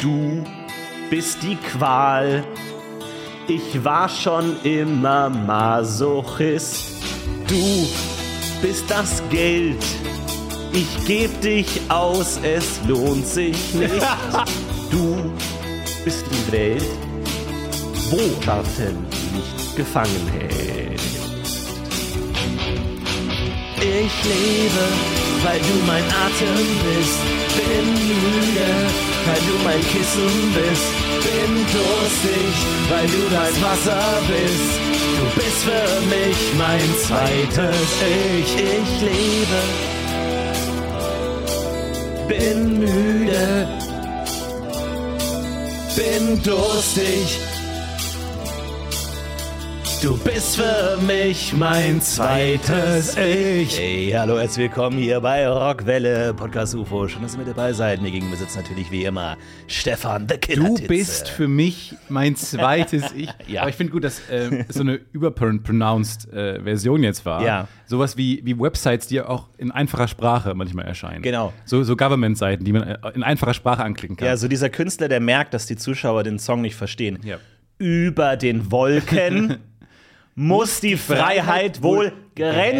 Du bist die Qual. Ich war schon immer Masochist. Du bist das Geld. Ich geb dich aus, es lohnt sich nicht. Du bist die Welt, wo Schatten nicht gefangen hält. Ich lebe, weil du mein Atem bist. Bin müde, weil du mein Kissen bist. Bin durstig, weil du das Wasser bist. Du bist für mich mein zweites Ich. Ich lebe, bin müde, bin durstig. Du bist für mich mein zweites Ich. Hey, hallo, herzlich willkommen hier bei Rockwelle, Podcast UFO. Schön, dass ihr mit dabei seid. Mir gegenüber sitzt natürlich wie immer Stefan, the Killer. Du bist für mich mein zweites Ich. äh, Ja. Aber ich finde gut, dass äh, so eine überpronounced äh, Version jetzt war. Ja. Sowas wie, wie Websites, die ja auch in einfacher Sprache manchmal erscheinen. Genau. So, so Government-Seiten, die man äh, in einfacher Sprache anklicken kann. Ja, so dieser Künstler, der merkt, dass die Zuschauer den Song nicht verstehen. Ja. Über den Wolken muss die Freiheit wohl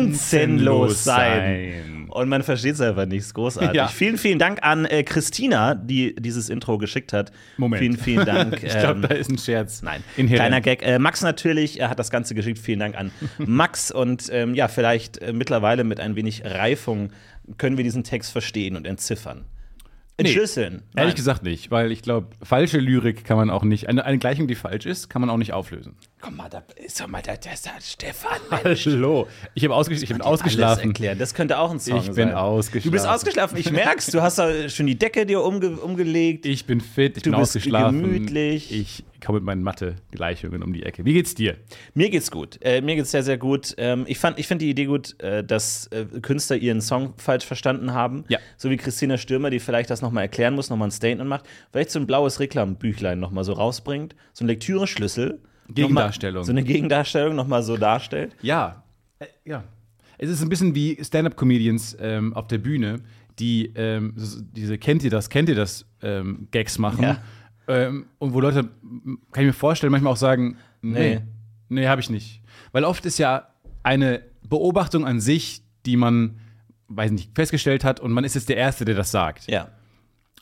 grenzenlos sein. Und man versteht es einfach nicht. Ist großartig. Ja. Vielen, vielen Dank an äh, Christina, die dieses Intro geschickt hat. Moment. Vielen, vielen Dank. Ich glaube, ähm, da ist ein Scherz. Nein, Inhärent. kleiner Gag. Äh, Max natürlich, er hat das Ganze geschickt. Vielen Dank an Max. Und ähm, ja, vielleicht äh, mittlerweile mit ein wenig Reifung können wir diesen Text verstehen und entziffern. Entschlüsseln. Nein. Ehrlich gesagt nicht, weil ich glaube, falsche Lyrik kann man auch nicht, eine, eine Gleichung, die falsch ist, kann man auch nicht auflösen. Komm mal, da ist doch mal der, der, der Stefan. Hallo. Ich habe ausges ich hab ausgeschlafen. Erklären. Das könnte auch ein Song Ich sein. bin ausgeschlafen. Du bist ausgeschlafen, ich merk's. Du hast da schon die Decke dir umge umgelegt. Ich bin fit, ich Du bin bist ausgeschlafen. gemütlich. Ich komme mit meinen Mathe-Gleichungen um die Ecke. Wie geht's dir? Mir geht's gut. Äh, mir geht's sehr, sehr gut. Ähm, ich fand, ich finde die Idee gut, äh, dass äh, Künstler ihren Song falsch verstanden haben. Ja. So wie Christina Stürmer, die vielleicht das nochmal erklären muss, nochmal ein Statement macht. Vielleicht so ein blaues Reklambüchlein nochmal so rausbringt. So ein Lektüre-Schlüssel. Gegendarstellung. Noch mal- So eine Gegendarstellung nochmal so darstellt. Ja. Äh, ja. Es ist ein bisschen wie Stand-Up-Comedians ähm, auf der Bühne, die ähm, so- diese Kennt ihr das, kennt ihr das ähm, Gags machen. Ja. Ähm, und wo Leute, m, kann ich mir vorstellen, manchmal auch sagen, nee, Nee. nee, habe ich nicht. Weil oft ist ja eine Beobachtung an sich, die man, weiß nicht, festgestellt hat und man ist jetzt der Erste, der das sagt. Ja.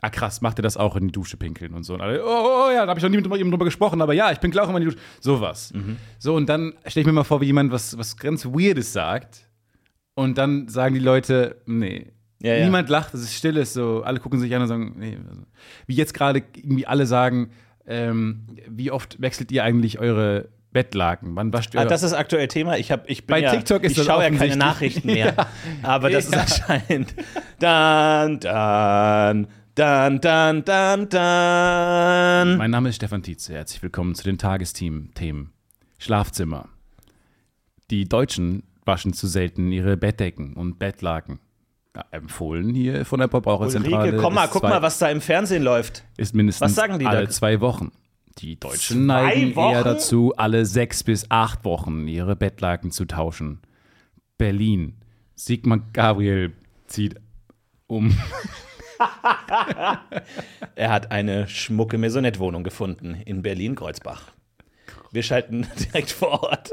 ah krass, macht er das auch in die Dusche pinkeln und so. Und alle, oh, oh, oh, ja, da habe ich noch nie mit jemandem drüber gesprochen, aber ja, ich pinkel auch immer in die Dusche. Sowas. Mhm. So, und dann stelle ich mir mal vor, wie jemand was, was ganz Weirdes sagt. Und dann sagen die Leute, nee. Ja, ja. Niemand lacht, es ist still, es ist so, alle gucken sich an und sagen, nee. Also, wie jetzt gerade irgendwie alle sagen, ähm, wie oft wechselt ihr eigentlich eure Bettlaken? Wann wascht ihr Ah, eure- das ist aktuell Thema. Ich hab, ich bin Bei ja, TikTok ist ich das schaue ja keine offensichtlich. Nachrichten mehr. Aber das Ja. ist anscheinend. Dann, dann, dann, dann, dann, dann. Mein Name ist Stefan Tietze. Herzlich willkommen zu den Tagesteam-Themen. Schlafzimmer. Die Deutschen waschen zu selten ihre Bettdecken und Bettlaken. Ja, empfohlen hier von der Verbraucherzentrale. Ulrike, komm mal, ist guck zwei- mal, was da im Fernsehen läuft. Ist mindestens was sagen die da? alle zwei Wochen. Die Deutschen neigen Wochen? eher dazu, alle sechs bis acht Wochen ihre Bettlaken zu tauschen. Berlin. Sigmar Gabriel zieht um. Er hat eine schmucke Maisonette-Wohnung gefunden in Berlin-Kreuzbach. Wir schalten direkt vor Ort.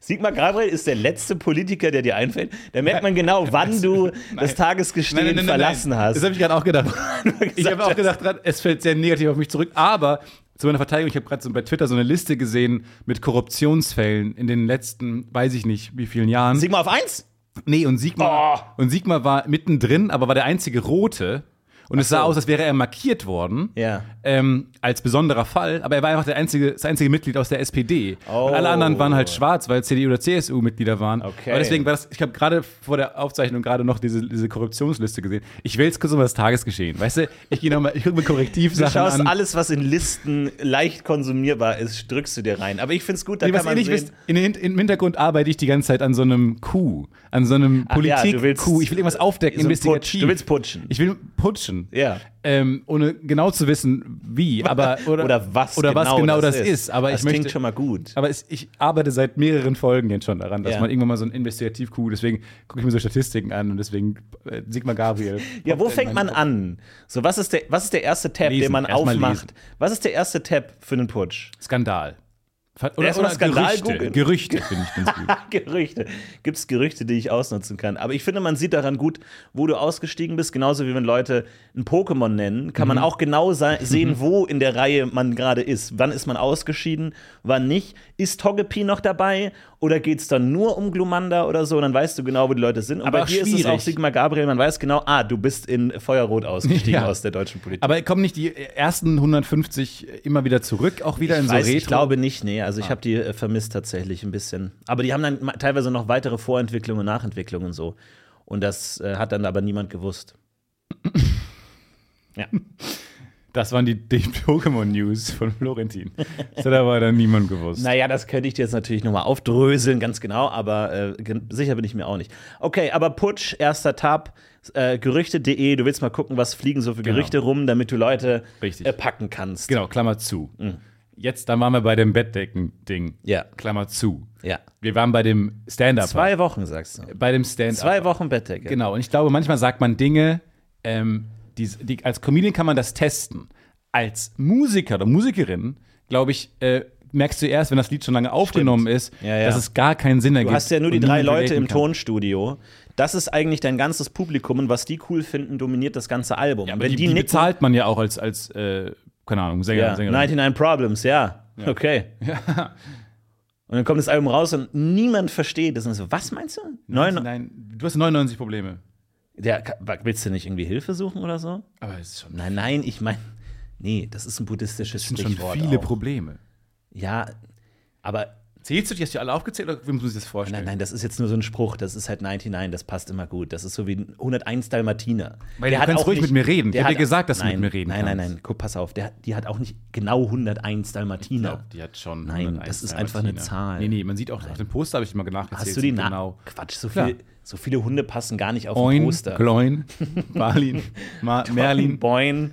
Sigmar Gabriel ist der letzte Politiker, der dir einfällt. Da merkt man genau, wann du das Tagesgeschehen verlassen hast. Das habe ich gerade auch gedacht. ich habe auch gedacht, grad, es fällt sehr negativ auf mich zurück. Aber zu meiner Verteidigung, ich habe gerade so bei Twitter so eine Liste gesehen mit Korruptionsfällen in den letzten, weiß ich nicht, wie vielen Jahren. Sigmar auf eins? nee, und Sigmar, Oh. und Sigmar war mittendrin, aber war der einzige Rote. Und es sah so. aus, als wäre er markiert worden. Ja. Ähm, als besonderer Fall, aber er war einfach der einzige, das einzige Mitglied aus der SPD. Und alle anderen waren halt schwarz, weil CDU oder CSU-Mitglieder waren. Oh. Okay. Aber deswegen war das, ich habe gerade vor der Aufzeichnung gerade noch diese, diese Korruptionsliste gesehen. Ich will jetzt kurz um das Tagesgeschehen. Weißt du, ich gehe nochmal, ich gucke mir Du Korrektivsachen schaust an. alles, was in Listen leicht konsumierbar ist, drückst du dir rein. Aber ich find's gut, da Nee, kann was ihr man nicht sehen, wisst, in, den- im Hintergrund arbeite ich die ganze Zeit an so einem Coup, an so einem ja, du Politik-Coup. willst- ich will irgendwas aufdecken, so ein investigativ. Putsch. Du willst putschen. Ich will putschen. lösen. Ja. Ähm, ohne genau zu wissen, wie, aber oder, Oder was, oder was genau, das, ist. Aber das ich möchte, klingt schon mal gut. aber es, ich arbeite seit mehreren Folgen jetzt schon daran, dass Ja. man irgendwann mal so ein Investigativ-Coup, deswegen gucke ich mir so Statistiken an und deswegen äh, Sigmar Gabriel. Ja, wo fängt man an? So, was ist der, was ist der erste Tab, Lesen, den man erst mal aufmacht? Was ist der erste Tab für einen Putsch? Skandal. Ver- Oder, Erstmal oder Skandal Gerüchte. googeln. Gerüchte finde ich ganz gut. Gerüchte. Gibt es Gerüchte, die ich ausnutzen kann? Aber ich finde, man sieht daran gut, wo du ausgestiegen bist. Genauso wie wenn Leute ein Pokémon nennen, kann man Mhm. auch genau sa- sehen, wo in der Reihe man gerade ist. Wann ist man ausgeschieden, wann nicht? Ist Togepi noch dabei? Oder geht es dann nur um Glumanda oder so? Und dann weißt du genau, wo die Leute sind. Und Aber bei dir ist es schwierig. auch Sigmar Gabriel. Man weiß genau, ah, du bist in Feuerrot ausgestiegen Ja. aus der deutschen Politik. Aber kommen nicht die ersten 150 immer wieder zurück, auch wieder in so Weiß, Retro? Ah. ich glaube nicht, nee. Also ich habe die äh, vermisst tatsächlich ein bisschen. Aber die haben dann ma- teilweise noch weitere Vorentwicklungen und Nachentwicklungen und so. Und das äh, hat dann aber niemand gewusst. ja. Das waren die, die Pokémon-News von Florentin. Das hat aber dann niemand gewusst. Naja, das könnte ich dir jetzt natürlich nochmal aufdröseln, ganz genau, aber äh, gen- sicher bin ich mir auch nicht. Okay, aber Putsch, erster Tab, äh, gerüchte.de, du willst mal gucken, was fliegen so für Gerüchte rum, damit du Leute Genau. Richtig. äh, packen kannst. Genau, Klammer zu. Jetzt, dann waren wir bei dem Bettdecken-Ding. Mhm. Ja. Klammer zu. Ja. Wir waren bei dem Stand-Up. Zwei Wochen, sagst du. Bei dem Stand-Up. Zwei Wochen Bettdecke. Genau, und ich glaube, manchmal sagt man Dinge, ähm, die, die, als Comedian kann man das testen. Als Musiker oder Musikerin, glaube ich, äh, merkst du erst, wenn das Lied schon lange aufgenommen ist, Ja, ja. dass es gar keinen Sinn ergibt. Du hast ja nur die und drei niemand Leute relaten im kann. Tonstudio. Das ist eigentlich dein ganzes Publikum und was die cool finden, dominiert das ganze Album. Aber Wenn die, die, die, nicken, bezahlt man ja auch als, als äh, keine Ahnung, Sänger, ja, Sängerin. 99 Problems, ja. Okay. Und dann kommt das Album raus und niemand versteht es. Und so, was meinst du? Neun, Nein, du hast 99 Probleme. ja, ka- willst du nicht irgendwie Hilfe suchen oder so? Aber es ist schon, Nein, nein, ich meine, nee, das ist ein buddhistisches sind schon Sprichwort. viele auch. Probleme. Ja, aber Zählst du die, hast du die alle aufgezählt oder wie muss ich das vorstellen? nein, nein, das ist jetzt nur so ein Spruch. Das ist halt 99, das passt immer gut. Das ist so wie ein 101 Dalmatiner. Weil du kannst ruhig mit mir reden. Ich der hab hat- dir gesagt, dass du nein, mit mir reden Nein, nein, kannst. nein, guck, pass auf. Der, hat- die hat auch nicht genau 101 Dalmatiner. Ich glaub, die hat schon. Nein, 101 das ist Dalmatiner. einfach eine Zahl. Nee, nee, man sieht auch, auf dem Poster habe ich immer nachgezählt. Hast du die sind Na Genau. Quatsch, so, Klar. viel, so viele Hunde passen gar nicht auf ein Oin, Poster. Gloin, Balin, Ma Merlin, Boin.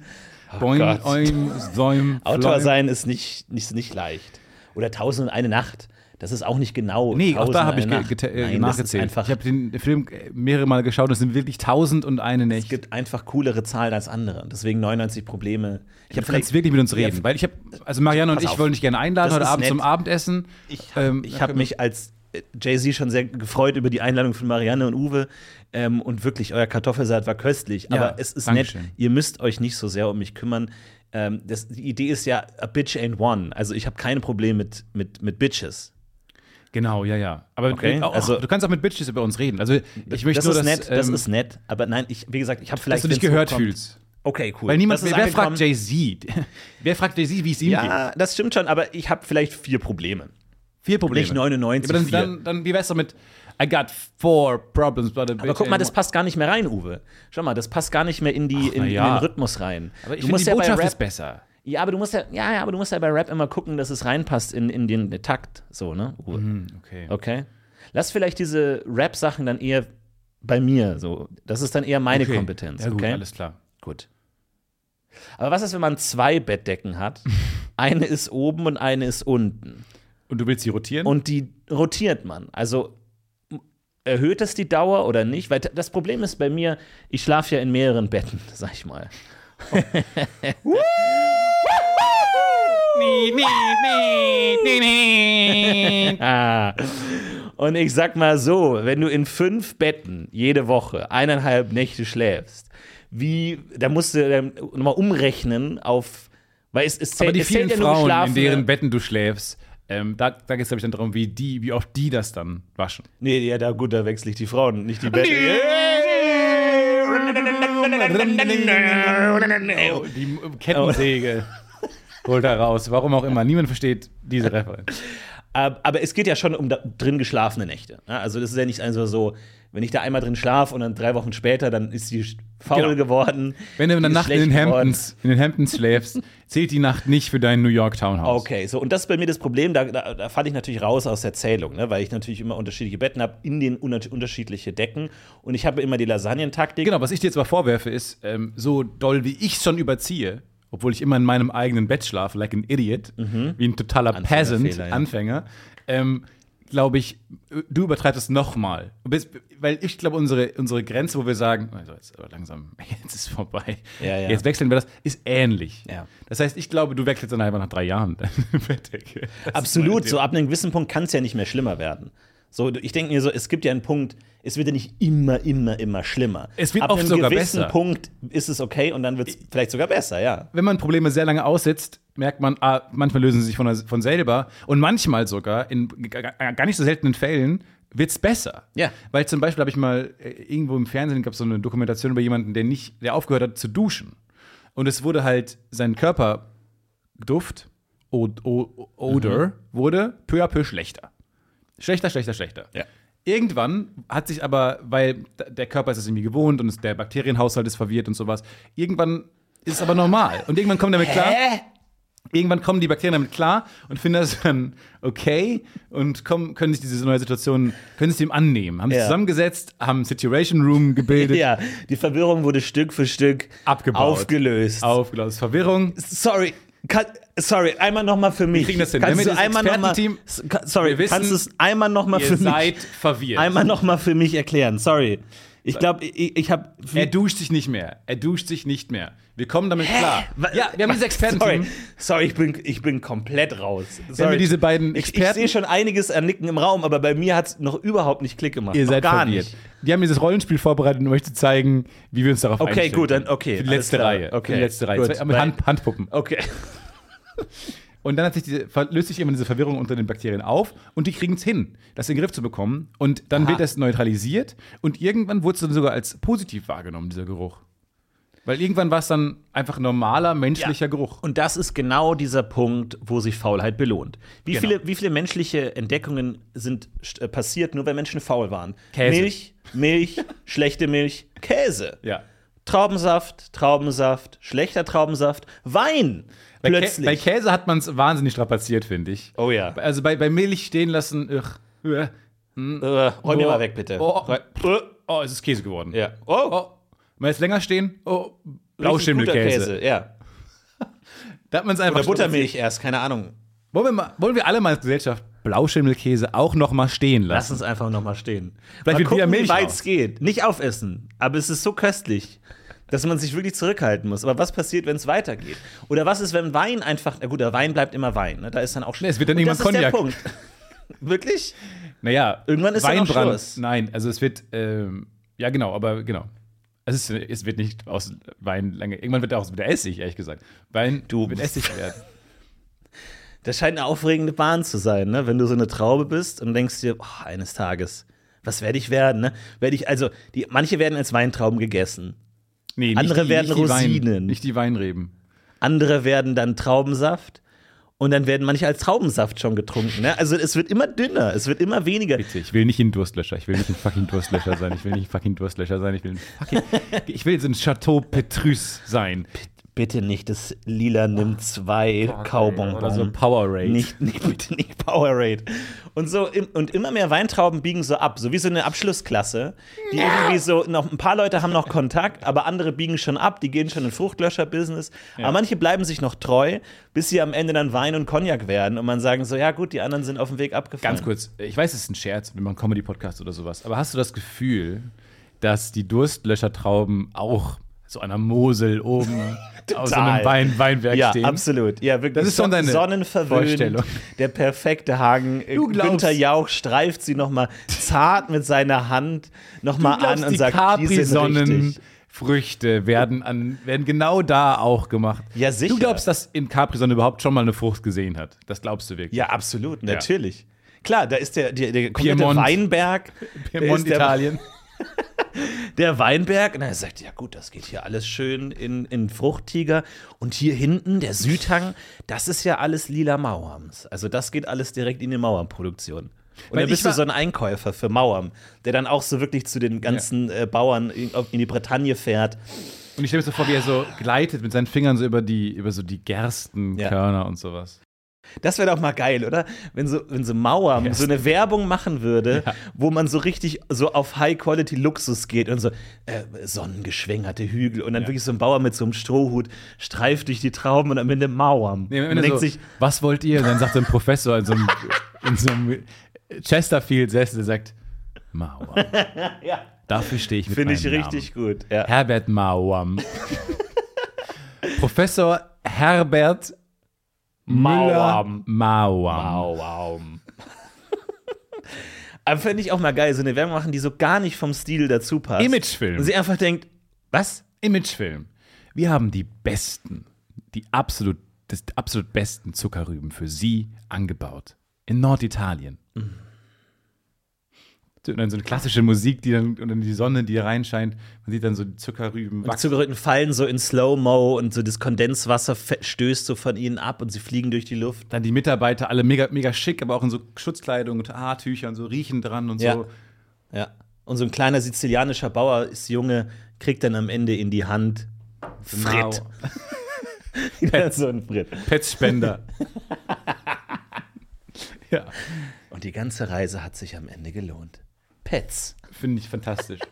Oh Boin, Gott. Oin, Säum, Autor Floin. sein ist nicht, nicht, nicht leicht. Oder Tausend und eine Nacht. Das ist auch nicht genau. Nee, auch Tausend da und habe ich eine ge Nacht. gete- äh, Nein, das ist nachgezählt. Einfach, Ich habe den Film äh, mehrere Mal geschaut und es sind wirklich tausend und eine es Nächte. gibt einfach coolere Zahlen als andere. Und Deswegen 99 Probleme. Ich hab Du kannst wirklich mit uns reden, weil ich habe, also Marianne und Pass ich auf. wollen dich gerne einladen Das heute ist Abend nett. zum Abendessen. Ich habe Ähm, hab mich als äh, Jay-Z schon sehr gefreut über die Einladung von Marianne und Uwe. Ähm, und wirklich, euer Kartoffelsalat war köstlich. Ja, aber es ist Dankeschön. nett. Ihr müsst euch nicht so sehr um mich kümmern. Ähm, das, die Idee ist ja, a bitch ain't one. Also ich habe keine Probleme mit, mit, mit Bitches. Genau, ja, ja. Aber Okay, auch, also- du kannst auch mit Bitches über uns reden. Also ich möchte das nur, ist dass, nett, das ähm, ist nett. Aber nein, ich, wie gesagt, ich habe dass vielleicht. du dich wenn's gehört hochkommt- fühlst. Okay, cool. Weil niemand, Das ist wer angekommen. fragt Jay-Z? wer fragt Jay-Z, wie es ihm geht? Ja, das stimmt schon, aber ich habe vielleicht vier Probleme. Vier Probleme. Nicht 99, Aber dann, vier. dann, dann, wie wär's doch mit I got four problems, but a Aber guck mal, das passt gar nicht mehr rein, Uwe. Schau mal, das passt gar nicht mehr in, die, in, na in ja. den Rhythmus rein. Aber ich Du finde, musst die ja bei Botschaft Rap- ist besser. Ja, aber du musst ja, ja, ja, aber du musst ja bei Rap immer gucken, dass es reinpasst in, in den Takt, so, ne? Uwe? Mhm. Hm, Okay. Okay. Lass vielleicht diese Rap-Sachen dann eher bei mir, so. Das ist dann eher meine Kompetenz, Ja, gut, okay? alles klar. gut. Aber was ist, wenn man zwei Bettdecken hat? Eine ist oben und eine ist unten. Und du willst sie rotieren? Und die rotiert man. Also m- erhöht das die Dauer oder nicht? Weil t- das Problem ist bei mir, ich schlafe ja in mehreren Betten, sag ich mal. nee, nee, nee, nee, nee. Ah. Und ich sag mal so, wenn du in fünf Betten jede Woche eineinhalb Nächte schläfst, wie, da musst du dann nochmal umrechnen auf, weil es, es zählt, Aber die es zählt vielen ja nur ne? Frauen, in geschlafene- deren Betten du schläfst, ähm, da, da geht es, glaube ich, dann darum, wie, die, wie oft die das dann waschen. Oh, Nee, ja, da gut, da wechsle ich die Frauen, nicht die Betten. ne? Die Kettensäge holt er raus. Warum auch immer. Niemand versteht diese Referenz. Ab- Aber es geht ja schon um da drin geschlafene Nächte. ne? Also das ist ja nicht einfach so, wenn ich da einmal drin schlafe und dann drei Wochen später, dann ist die sch- faul Genau. geworden. Wenn du in die der ist Nacht in schlecht den geworden. Hamptons, in den Hamptons schläfst, zählt die Nacht nicht für dein New York Townhouse. Okay, so und das ist bei mir das Problem, da, da, da falle ich natürlich raus aus der Zählung, ne? weil ich natürlich immer unterschiedliche Betten habe, in den una- unterschiedliche Decken und ich habe immer die Lasagnentaktik. Genau, was ich dir jetzt mal vorwerfe, ist, ähm, so doll wie ich schon überziehe, obwohl ich immer in meinem eigenen Bett schlafe, like an idiot, wie ein totaler Peasant, Anfängerfehler, ja. Anfänger, ähm, glaube ich, äh, du übertreibst es nochmal. Weil ich glaube, unsere, unsere Grenze, wo wir sagen, also jetzt aber langsam, jetzt ist vorbei, Ja, ja. jetzt wechseln wir das, ist ähnlich. Ja. Das heißt, ich glaube, du wechselst dann einfach nach drei Jahren deine Bettdecke. Das Absolut, ist so mein ab einem gewissen Punkt kann es ja nicht mehr schlimmer werden. So, ich denke mir so, es gibt ja einen Punkt, es wird ja nicht immer, immer, immer schlimmer. Es wird ab oft einem sogar gewissen besser. Punkt ist es okay und dann wird es vielleicht sogar besser, ja. wenn man Probleme sehr lange aussetzt, merkt man, ah, manchmal lösen sie sich von, von selber und manchmal sogar, in g- g- gar nicht so seltenen Fällen, wird es besser. Ja. Weil zum Beispiel habe ich mal äh, irgendwo im Fernsehen gab es so eine Dokumentation über jemanden, der nicht, der aufgehört hat zu duschen. Und es wurde halt sein Körperduft, o o Odor, wurde peu à peu schlechter. Schlechter, schlechter, schlechter. Ja. Irgendwann hat sich aber, weil d- der Körper ist es irgendwie gewohnt und es- der Bakterienhaushalt ist verwirrt und sowas, irgendwann ist es aber normal. Und irgendwann kommt damit klar, Hä? irgendwann kommen die Bakterien damit klar und finden das dann okay und kommen, können sich diese neue Situation, können sich dem annehmen. Haben sich Ja. zusammengesetzt, haben einen Situation Room gebildet, Ja, die Verwirrung wurde Stück für Stück Abgebaut. aufgelöst. aufgelöst, Verwirrung. Sorry. Kann, sorry, einmal nochmal für mich. kriegen das hin. Kannst Wenn wir du dieses einmal nochmal. Expertenteam- Sorry, Wir wissen, kannst du es einmal nochmal für Ihr mich. seid verwirrt. Einmal nochmal für mich erklären. Sorry. Ich glaube, ich, ich habe. er duscht sich nicht mehr. Er duscht sich nicht mehr. Wir kommen damit klar. Wa- Ja, wir haben dieses Expertenteam. Sorry, sorry ich, bin, ich bin komplett raus. Sorry. Wenn wir diese beiden ich ich Experten sehe schon einiges an Nicken im Raum, aber bei mir hat es noch überhaupt nicht Klick gemacht. Ihr noch seid gar verwirrt. nicht. Die haben dieses Rollenspiel vorbereitet, um euch zu zeigen, wie wir uns darauf Okay, einstellen. gut, dann- können. okay, Für die alles letzte klar. Reihe. Okay, Für die letzte Reihe. gut, Zwei, mit weil- Hand, Handpuppen. Okay. Und dann hat sich diese, ver- löst sich immer diese Verwirrung unter den Bakterien auf und die kriegen es hin, das in den Griff zu bekommen. Und dann wird das neutralisiert und irgendwann wurde es dann sogar als positiv wahrgenommen, dieser Geruch. Weil irgendwann war es dann einfach normaler menschlicher Geruch. Und das ist genau dieser Punkt, wo sich Faulheit belohnt. Wie, Genau. viele, wie viele menschliche Entdeckungen sind st- äh, passiert, nur weil Menschen faul waren? Käse. Milch, Milch, schlechte Milch, Käse. Ja. Traubensaft, Traubensaft, schlechter Traubensaft, Wein. Bei, Kä Plötzlich. bei Käse hat man es wahnsinnig strapaziert, finde ich. Oh ja. Also bei, bei Milch stehen lassen, ugh. Äh. äh, räum mir Oh. mal weg, bitte. Oh, oh, äh, oh, es ist Käse geworden. Ja. Oh, Oh, mal jetzt länger stehen. Oh, richtig guter Blauschimmelkäse. Käse, ja. Da hat man es einfach. Oder Buttermilch erst, keine Ahnung. Wollen wir, mal, wollen wir alle mal als Gesellschaft Blauschimmelkäse auch noch mal stehen Lass lassen? uns einfach nochmal stehen. Vielleicht mal wird wieder gucken, wie Milch weit raus. es geht. Nicht aufessen, aber es ist so köstlich, dass man sich wirklich zurückhalten muss. Aber was passiert, wenn es weitergeht? Oder was ist, wenn Wein einfach. Na gut, der Wein bleibt immer Wein. Ne? Da ist dann auch schon. Nee, es wird dann Und irgendwann das Cognac. Ist der Punkt. Wirklich? Naja, Irgendwann ist dann auch Weinbrand. Schluss. Nein, also es wird, ähm, ja genau, aber genau. Es, ist, es wird nicht aus Wein lange. Irgendwann wird auch wieder Essig, ehrlich gesagt. Wein Du- wird Essig werden. Das scheint eine aufregende Bahn zu sein, ne? wenn du so eine Traube bist und denkst dir, oh, eines Tages, was werde ich werden? Ne? Werde ich, also, die, manche werden als Weintrauben gegessen, Nee, nicht Andere werden Rosinen. Wein, nicht die Weinreben. andere werden dann Traubensaft und dann werden manche als Traubensaft schon getrunken. Ne? Also, es wird immer dünner, es wird immer weniger. Bitte, ich will nicht ein Durstlöscher. Ich will nicht ein fucking Durstlöscher sein. Ich will nicht ein fucking Durstlöscher sein. Ich will, ein fucking, ich will so ein Chateau Petrus sein. Bitte nicht das lila nimm zwei Kaubonbon. Oder so Powerade. Nicht, nicht, bitte nicht Powerade. Und so im, und immer mehr Weintrauben biegen so ab, so wie so eine Abschlussklasse, die irgendwie so noch ein paar Leute haben noch Kontakt, aber andere biegen schon ab, die gehen schon in Fruchtlöscher-Business, aber manche bleiben sich noch treu, bis sie am Ende dann Wein und Cognac werden und man sagen so ja gut, die anderen sind auf dem Weg abgefahren. Ganz kurz, ich weiß, es ist ein Scherz, wenn man Comedy-Podcast oder sowas, aber hast du das Gefühl, dass die Durstlöschertrauben auch so einer Mosel oben aus so Total. einem Wein Weinberg Ja, stehen? absolut. Ja, wirklich. Das ist schon so- deine sonnenverwöhnt, Vorstellung. Der perfekte Hagen. Du glaubst- Günther Jauch streift sie nochmal zart mit seiner Hand nochmal an und die sagt, die sind richtig. Capri-Sonnenfrüchte werden, an, werden genau da auch gemacht. Ja, sicher. Du glaubst, dass in Capri-Sonne überhaupt schon mal eine Frucht gesehen hat. Das glaubst du wirklich. Ja, absolut, natürlich. Klar, da ist der, der, der komplette Piemont. Weinberg. der Piemont, ist der- Italien. der Weinberg. Und er sagt, ja gut, das geht hier alles schön in, in Fruchttiger. Und hier hinten, der Südhang, das ist ja alles lila Mauerms. Also das geht alles direkt in die Mauermproduktion. Und Weil dann ich bist du war- so ein Einkäufer für Mauern, der dann auch so wirklich zu den ganzen äh, Bauern in, auf- in die Bretagne fährt. Und ich stelle mir so vor, wie er so gleitet mit seinen Fingern so über die, über so die Gerstenkörner und sowas. Das wäre doch mal geil, oder? Wenn so, wenn so Mauer so eine Werbung machen würde, wo man so richtig so auf High-Quality-Luxus geht und so äh, sonnengeschwängerte Hügel und dann wirklich so ein Bauer mit so einem Strohhut streift durch die Trauben und am Ende Mauern. Nee, am man Ende denkt so, sich, was wollt ihr? Und dann sagt so ein Professor in so einem, in so einem Chesterfield-Sessel, der sagt, Mauer. ja, Dafür stehe ich mit finde ich meinem richtig gut. Ja. Namen. Herbert Mauam. Professor Herbert Müller Mauam. Wow, Mauam. wow. Aber fände ich auch mal geil, so eine Werbung machen, die so gar nicht vom Stil dazu passt. Imagefilm. Und sie einfach denkt, was? Imagefilm. Wir haben die besten, die absolut, das absolut besten Zuckerrüben für Sie angebaut. In Norditalien. So, Und dann so eine klassische Musik, die dann, und dann die Sonne, die reinscheint. Man sieht dann so die Zuckerrüben Die wachsen. Zugerührten fallen so in Slow-Mo und so das Kondenswasser fe- stößt so von ihnen ab und sie fliegen durch die Luft. Dann die Mitarbeiter, alle mega, mega schick, aber auch in so Schutzkleidung und Haartüchern, so riechen dran und Ja. so. Ja. Und so ein kleiner sizilianischer Bauer ist Junge, kriegt dann am Ende in die Hand Fritt. Mau- Ja, so ein Fritt. Petspender. ja, Und die ganze Reise hat sich am Ende gelohnt. Pets. finde ich fantastisch.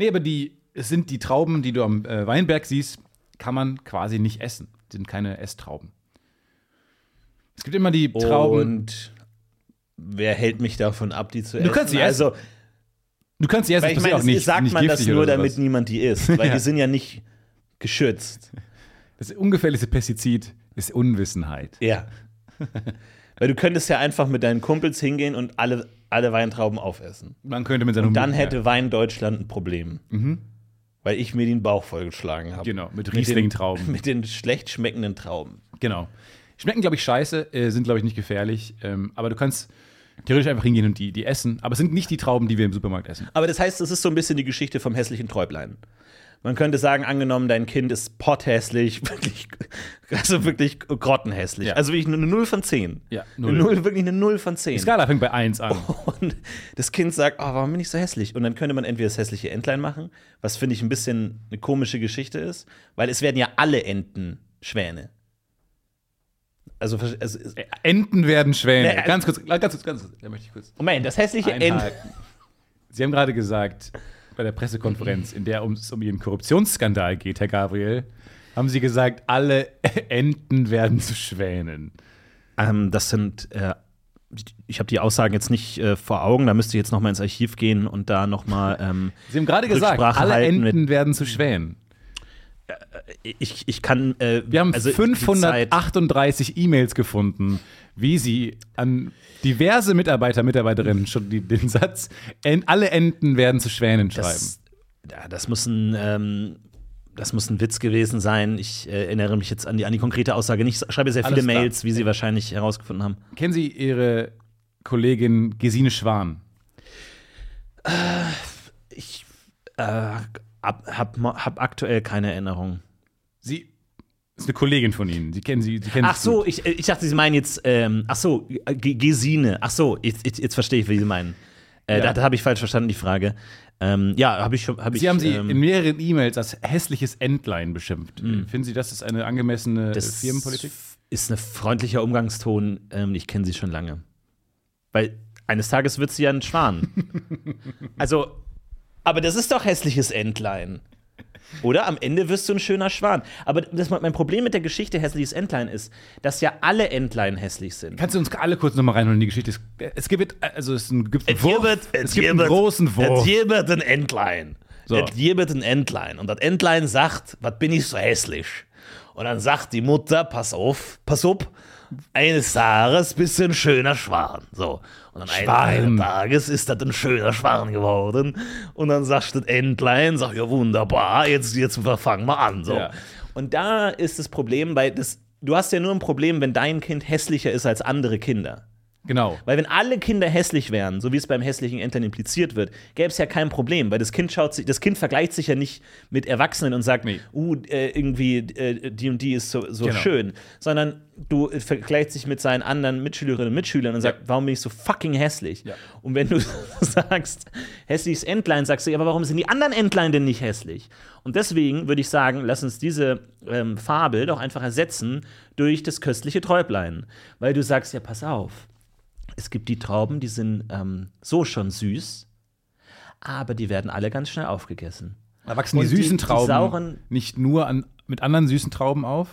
Nee, aber die es sind die Trauben, die du am äh, Weinberg siehst, kann man quasi nicht essen. Die sind keine Esstrauben. Es gibt immer die Trauben. Und wer hält mich davon ab, die zu essen? kannst sie also, du kannst sie essen, weil ich meine, auch nicht, es sagt nicht man das giftig nur, oder damit sowas. niemand die isst, weil Ja. die sind ja nicht geschützt. Das ungefährlichste Pestizid ist Unwissenheit. Ja. weil du könntest ja einfach mit deinen Kumpels hingehen und alle, alle Weintrauben aufessen. Man könnte mit seiner Dann Mut- hätte Wein Deutschland ein Problem. Weil ich mir den Bauch vollgeschlagen habe. Mhm. Genau, mit den- Riesling-Trauben. Mit den schlecht schmeckenden Trauben. Genau. Schmecken, glaube ich, scheiße, äh, sind, glaube ich, nicht gefährlich. Ähm, aber du kannst theoretisch einfach hingehen und die, die essen. Aber es sind nicht die Trauben, die wir im Supermarkt essen. Aber das heißt, das ist so ein bisschen die Geschichte vom hässlichen Träublein. Man könnte sagen, angenommen, dein Kind ist potthässlich, wirklich, also wirklich grottenhässlich. Ja. Also wirklich eine 0 von 10. Ja, null. null. Eine 0, wirklich eine 0 von 10. Die Skala fängt bei 1 an. Und das Kind sagt, oh, warum bin ich so hässlich? Und dann könnte man entweder das hässliche Entlein machen, was finde ich ein bisschen eine komische Geschichte ist, weil es werden ja alle Enten Schwäne. Also, ver- also es- Enten werden Schwäne. Nee, also- ganz kurz, äh, ganz kurz, ganz kurz. Da möchte ich kurz Moment, das hässliche Ent. einhaken. Sie haben gerade gesagt, bei der Pressekonferenz, in der ums- um Ihren Korruptionsskandal geht, Herr Gabriel, haben Sie gesagt, alle Enten werden zu Schwänen. Ähm, das sind, äh, ich habe die Aussagen jetzt nicht äh, vor Augen, da müsste ich jetzt nochmal ins Archiv gehen und da nochmal. Ähm, Sie haben gerade gesagt, Rücksprache alle halten mit- Enten werden zu Schwänen. ich, ich kann. Äh, Wir haben also die Zeit- 538 E-Mails gefunden, wie sie an diverse Mitarbeiter, Mitarbeiterinnen schon die, den Satz, en, alle Enten werden zu Schwänen schreiben. Das, ja, das muss ein. Ähm, das muss ein Witz gewesen sein. Ich äh, erinnere mich jetzt an die, an die konkrete Aussage nicht. Ich schreibe sehr viele Alles klar. Mails, wie Sie wahrscheinlich herausgefunden haben. Kennen Sie Ihre Kollegin Gesine Schwan? Ich äh, hab, hab, hab aktuell keine Erinnerung. Sie ist eine Kollegin von Ihnen. Sie kennen sie. sie kennen Ach sie so, gut. ich, äh, ich dachte, Sie meinen jetzt, ähm, ach so, G Gesine. Ach so, ich, ich, jetzt verstehe ich, wie Sie meinen. Äh, Ja. Da, da habe ich falsch verstanden, die Frage. Ähm, ja, habe ich schon. Hab Sie ich, haben sie ähm, Hm. in mehreren E-Mails als hässliches Entlein beschimpft. Finden Sie, das ist eine angemessene äh, das Firmenpolitik? ist ein freundlicher Umgangston. Ähm, ich kenne Sie schon lange. Weil eines Tages wird sie ja ein Schwan. also, aber das ist doch hässliches Entlein. Oder am Ende wirst du ein schöner Schwan. Aber das, mein Problem mit der Geschichte hässliches Entlein ist, dass ja alle Entlein hässlich sind. Kannst du uns alle kurz nochmal reinholen in die Geschichte? Es- Es gibt, also es gibt einen, Wurf, Jebet, es gibt einen großen Wurf. Es jebet ein Entlein. So. Es jebet ein Entlein. Und das Entlein sagt, was bin ich so hässlich? Und dann sagt die Mutter, pass auf, pass auf, eines Tages bist du ein schöner Schwan. So. Und dann Schwan. eines Tages ist das ein schöner Schwan geworden. Und dann sagt das Entlein, sagt, ja wunderbar, jetzt, jetzt fangen wir an. So. Ja. Und da ist das Problem, weil das, du hast ja nur ein Problem, wenn dein Kind hässlicher ist als andere Kinder. Genau. Weil wenn alle Kinder hässlich wären, so wie es beim hässlichen Eltern impliziert wird, gäbe es ja kein Problem, weil das Kind schaut sich, das Kind vergleicht sich ja nicht mit Erwachsenen und sagt, Nee. uh, äh, irgendwie äh, die und die ist so, so Genau. schön, sondern du äh, vergleichst dich mit seinen anderen Mitschülerinnen und Mitschülern und sagst, warum bin ich so fucking hässlich? Ja. Und wenn du sagst, hässliches Entlein, sagst du, ja, aber warum sind die anderen Entlein denn nicht hässlich? Und deswegen würde ich sagen, lass uns diese ähm, Fabel doch einfach ersetzen durch das köstliche Träublein. Weil du sagst, ja, pass auf, es gibt die Trauben, die sind ähm, so schon süß, aber die werden alle ganz schnell aufgegessen. Da wachsen die Und die- süßen die Trauben sauren- nicht nur an, mit anderen süßen Trauben auf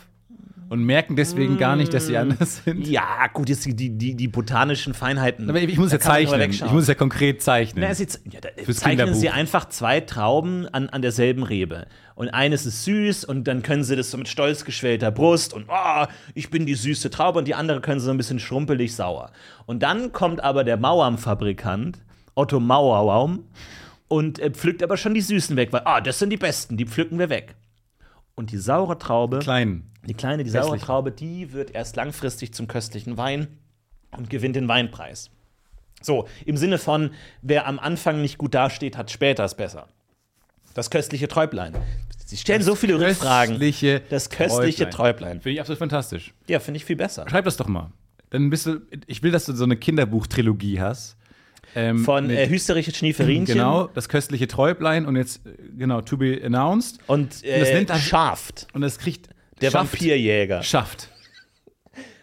und merken deswegen gar nicht, Mm. dass sie anders sind. Ja, gut, jetzt die, die, die, die botanischen Feinheiten. Aber ich, ich muss Da ja kann man drüber zeichnen. Ich wegschauen. muss es ja konkret zeichnen. Na, sie, ze- ja, da, Fürs zeichnen Kinderbuch. sie einfach zwei Trauben an, an derselben Rebe. Und eines ist süß und dann können sie das so mit stolz geschwellter Brust und oh, ich bin die süße Traube und die andere können sie so ein bisschen schrumpelig sauer. Und dann kommt aber der Mauerm-Fabrikant, Otto Mauerbaum, und äh, pflückt aber schon die Süßen weg, weil ah, das sind die Besten, die pflücken wir weg. Und die saure Traube, Klein. die kleine, die saure Hässlich. Traube, die wird erst langfristig zum köstlichen Wein und gewinnt den Weinpreis. So, im Sinne von, wer am Anfang nicht gut dasteht, hat später es besser. Das köstliche Träublein. Sie stellen so viele Rückfragen. Köstliche Das köstliche Träublein. Finde ich absolut fantastisch. Ja, finde ich viel besser. Schreib das doch mal. Dann bist du. Ich will, dass du so eine Kinderbuchtrilogie hast. Ähm, Von mit- äh, Hüsterische Schnieferinchen Genau, das köstliche Träublein und jetzt, äh, genau, to be announced. und äh, Das nennt er- Schaft. Und es kriegt. Der schafft- Vampirjäger. Schafft.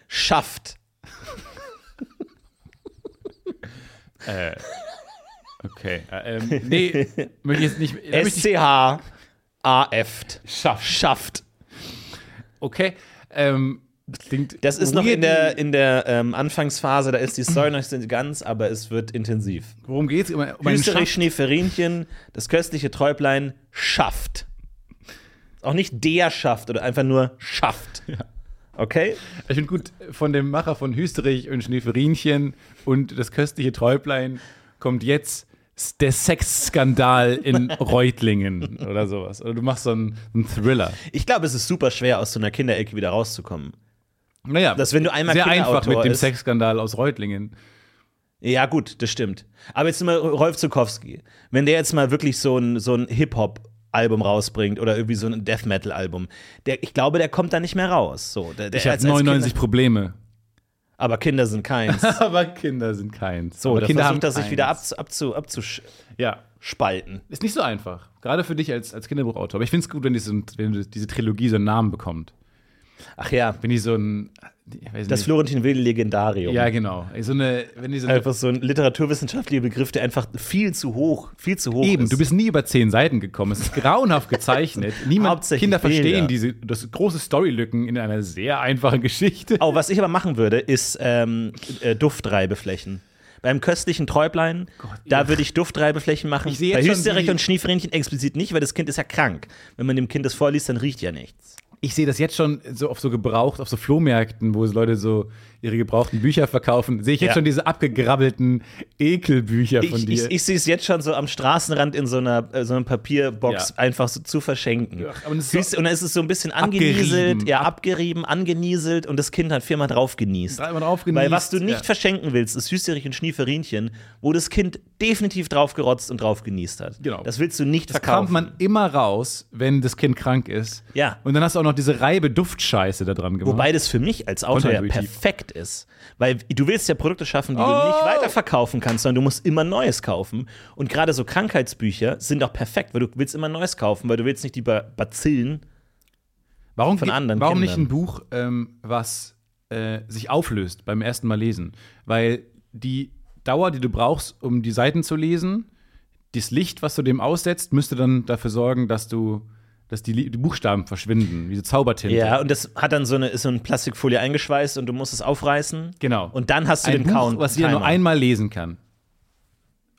Schaft. Äh, Okay. Äh, ähm, nee, möchte ich jetzt nicht. da möchte ich- S-C-H-A-F. Schafft. Schaft. Okay. Ähm, klingt Das ist noch in weird. der, in der ähm, Anfangsphase, da ist die Story noch nicht ganz, aber es wird intensiv. Worum geht's? Um, um einen Österreich Schaft. Schneeferinchen, das köstliche Träublein, schafft. Auch nicht der schafft oder einfach nur schafft. Okay? Ich finde gut, von dem Macher von Hüsterich und Schneeferinchen und das köstliche Träublein kommt jetzt s- der Sexskandal in Reutlingen oder sowas. Oder du machst so einen, einen Thriller. Ich glaube, es ist super schwer, aus so einer Kinderecke wieder rauszukommen. Naja, Dass wenn du einmal sehr einfach Kinderautor mit dem ist- Sexskandal aus Reutlingen. Ja, gut, das stimmt. Aber jetzt mal Rolf Zukowski. Wenn der jetzt mal wirklich so ein, so ein Hip-Hop-Album rausbringt oder irgendwie so ein Death-Metal-Album, der, ich glaube, der kommt da nicht mehr raus. So, der, der, Ich habe als- als 99 Kinder, Probleme. aber Kinder sind keins. Aber Kinder sind keins. So, Aber der Kinder versucht das sich keins. wieder abzu, abzu, abzuspalten. Ja, ist nicht so einfach. Gerade für dich als, als Kinderbuchautor. Aber ich finde es gut, wenn, die so, ein- wenn du diese Trilogie so einen Namen bekommt. Ach ja, Wenn die so ein. Ich weiß das nicht. Florentin Will Legendarium. Ja, genau. So eine, wenn die so eine Einfach so ein literaturwissenschaftlicher Begriff, der einfach viel zu hoch, viel zu hoch Eben, ist. du bist nie über zehn Seiten gekommen. Es ist grauenhaft gezeichnet. Niemand, Hauptsächlich Kinder Bilder. verstehen diese das große Storylücken in einer sehr einfachen Geschichte. oh, was ich aber machen würde, ist ähm, äh, Duftreibeflächen. Beim köstlichen Träublein, da würde ich Duftreibeflächen machen. Ich sehe Bei jetzt schon, Hüsterich wie- und Schniefrähnchen explizit nicht, weil das Kind ist ja krank. Wenn man dem Kind das vorliest, dann riecht ja nichts. Ich sehe das jetzt schon so auf so gebraucht, auf so Flohmärkten, wo Leute so ihre gebrauchten Bücher verkaufen. Sehe ich jetzt Ja. schon diese abgegrabbelten Ekelbücher von Ich, dir. ich, ich sehe es jetzt schon so am Straßenrand in so einer, äh, so einer Papierbox Ja. einfach so zu verschenken. Ach, aber das ist so- Siehst du, und dann ist es so ein bisschen Abgerieben. angenieselt, ja, abgerieben, angenieselt und das Kind hat viermal drauf genießt. Dreimal drauf Weil genießt, was du nicht ja. verschenken willst, ist Hüsterich und Schnieferinchen, wo das Kind definitiv drauf gerotzt und drauf genießt hat. Genau. Das willst du nicht da kramt verkaufen. man immer raus, wenn das Kind krank ist. Ja. Und dann hast du auch noch diese reibe Duftscheiße da dran gemacht. Wobei das für mich als Autor ja Kontraintuitiv. perfekt ist. Weil du willst ja Produkte schaffen, die du Oh! nicht weiterverkaufen kannst, sondern du musst immer Neues kaufen. Und gerade so Krankheitsbücher sind auch perfekt, weil du willst immer Neues kaufen, weil du willst nicht die Ba- Bazillen. Warum, von ge- anderen warum nicht Kindern. ein Buch, ähm, was äh, sich auflöst beim ersten Mal lesen? Weil die Dauer, die du brauchst, um die Seiten zu lesen, das Licht, was du dem aussetzt, müsste dann dafür sorgen, dass du, dass die, Li- die Buchstaben verschwinden, diese Zaubertinte. Ja, und das hat dann so eine, ist so eine Plastikfolie eingeschweißt und du musst es aufreißen. Genau. Und dann hast du ein den Buch, Count. was jeder nur Timer. einmal lesen kann.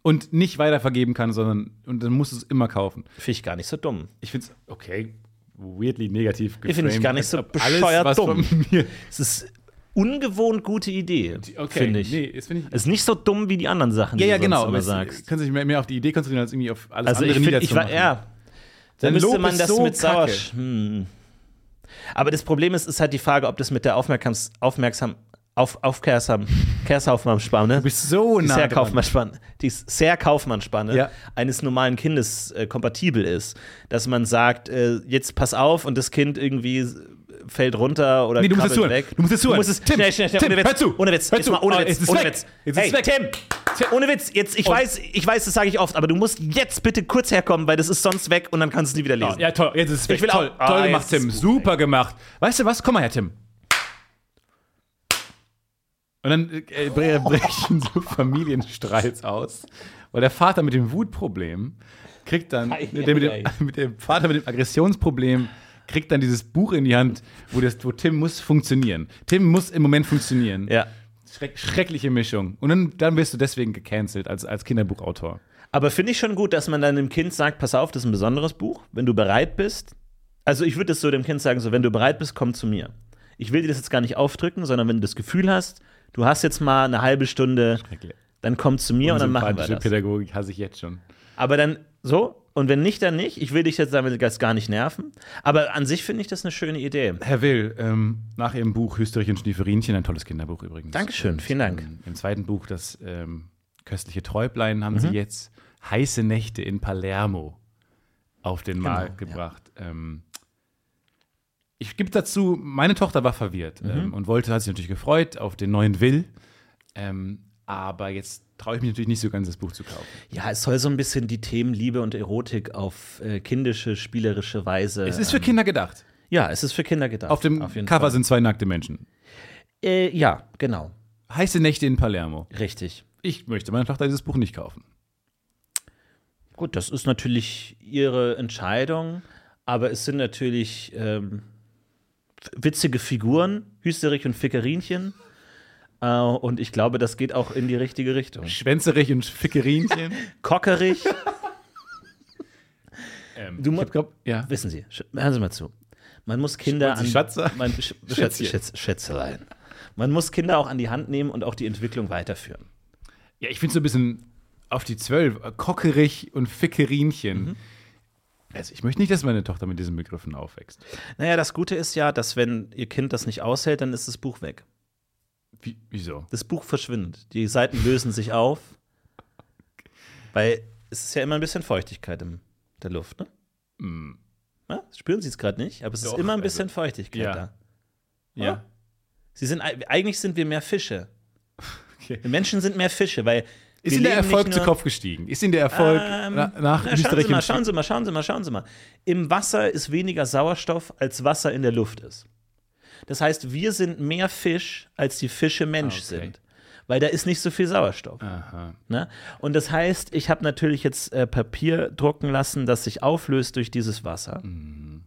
Und nicht weitervergeben kann, sondern und dann musst du es immer kaufen. Finde ich gar nicht so dumm. Ich finde es okay, weirdly negativ Ich finde ich gar nicht so bescheuert dumm. Es ist ungewohnt gute Idee, Okay, finde ich. Nee, das finde ich. Es ist nicht so dumm wie die anderen Sachen, Ja, die ja, du genau. sonst Aber immer es- sagst. Können sich mehr, mehr auf die Idee konzentrieren, als irgendwie auf alles Also andere ich finde, ich war, niederzumachen. ja, da Dein müsste Lob man ist das so mit Sauer. kacke. Hm. Aber das Problem ist, ist halt die Frage, ob das mit der Aufmerksam, Aufmerksam, auf, auf Kersham, Kershaufmann am Spann, ne? Du bist so die nah Ser dran. Kaufmann-Spanne, die Ser Kaufmann-Spanne Ja. eines normalen Kindes äh, kompatibel ist, dass man sagt, äh, jetzt pass auf und das Kind irgendwie äh, fällt runter oder Nee, du musst jetzt krabbelt zuhören. weg. Du musst jetzt zuhören. Du musst es, Tim, schnell, schnell, schnell, Tim, ohne Witz. hör zu. Ohne Witz, Hör jetzt zu. mal ohne Ah, Witz. es ist ohne weg. Witz. Es ist hey, weg. Tim, Tim, ohne Witz, jetzt, ich Und- weiß, ich weiß, das sage ich oft, aber du musst jetzt bitte kurz herkommen, weil das ist sonst weg und dann kannst du es nie wieder lesen. Ja, toll. Jetzt ist es weg. will toll, auch- toll Ah, jetzt gemacht, ist Tim. gut, Super gemacht. Weißt du was? Komm mal her, Tim. Und dann äh, bre- brechen so Familienstreits aus, weil der Vater mit dem Wutproblem kriegt dann, Ei, der mit ei, dem, mit dem Vater mit dem Aggressionsproblem kriegt dann dieses Buch in die Hand, wo, das, wo Tim muss funktionieren. Tim muss im Moment funktionieren. Ja. Schreck, schreckliche Mischung. Und dann, dann wirst du deswegen gecancelt als, als Kinderbuchautor. Aber finde ich schon gut, dass man dann dem Kind sagt, pass auf, das ist ein besonderes Buch, wenn du bereit bist. Also ich würde es so dem Kind sagen, so wenn du bereit bist, komm zu mir. Ich will dir das jetzt gar nicht aufdrücken, sondern wenn du das Gefühl hast, du hast jetzt mal eine halbe Stunde, dann komm zu mir und dann machen wir Sympathische das. Pädagogik hasse ich jetzt schon. Aber dann so und wenn nicht, dann nicht. Ich will dich jetzt damit gar nicht nerven. Aber an sich finde ich das eine schöne Idee. Herr Will, ähm, nach Ihrem Buch Hüsterich und Schnieferinchen, ein tolles Kinderbuch übrigens. Dankeschön, Und, vielen Dank. Ähm, Im zweiten Buch, das ähm, köstliche Träublein, haben Sie Mhm. jetzt heiße Nächte in Palermo auf den Genau, Markt gebracht. Ähm, ich gebe dazu, meine Tochter war verwirrt Mhm. ähm, und wollte, hat sich natürlich gefreut auf den neuen Will. Ähm, aber jetzt traue ich mich natürlich nicht so ganz, das Buch zu kaufen. Ja, es soll so ein bisschen die Themen Liebe und Erotik auf äh, kindische, spielerische Weise. Es ist für Kinder gedacht. ja, es ist für Kinder gedacht. Auf dem Ähm, jeden Cover Fall. sind zwei nackte Menschen. Äh, ja, genau, Heiße Nächte in Palermo. richtig. Ich möchte meiner Tochter dieses Buch nicht kaufen. Gut, das ist natürlich ihre Entscheidung, aber es sind natürlich ähm, f- witzige Figuren, Hüsterich und Fickerinchen. Äh, und ich glaube, das geht auch in die richtige Richtung. Schwänzerich und Fickerinchen. Kockerich, Ähm, Du du mu- ich glaub, ja. wissen Sie, sch- hören Sie mal zu. Man muss Kinder Wollen an Sie Schatz sagen? man, Sch- Schätz, Schätzchen. Schätz, Schätzelein. Man muss Kinder auch an die Hand nehmen und auch die Entwicklung weiterführen. ja, ich finde so ein bisschen auf die Zwölf, äh, Kockerich und Fickerinchen. Mhm. Also ich möchte nicht, dass meine Tochter mit diesen Begriffen aufwächst. Naja, das Gute ist ja, dass wenn Ihr Kind das nicht aushält, dann ist das Buch weg. Wie, wieso? das Buch verschwindet. Die Seiten lösen sich auf. Weil es ist ja immer ein bisschen Feuchtigkeit in der Luft, ne? Ja, spüren Sie es gerade nicht, aber es ist Mm. Doch, immer ein also- bisschen Feuchtigkeit Ja. da. Ja. Sie sind, ei- eigentlich sind wir mehr Fische. Okay. Wir Menschen sind mehr Fische, weil. wir Ist Ihnen der leben nicht Erfolg zu nur- Kopf gestiegen? Ist Ihnen der Erfolg Ähm, na, nach na, schauen Österreich Sie mal, und schauen Sie mal, schauen Sie mal, schauen Sie mal. Im Wasser ist weniger Sauerstoff, als Wasser in der Luft ist. Das heißt, wir sind mehr Fisch, als die Fische Mensch Ah, okay. sind. Weil da ist nicht so viel Sauerstoff. Aha. Ne? Und das heißt, ich habe natürlich jetzt äh, Papier drucken lassen, das sich auflöst durch dieses Wasser. Mhm.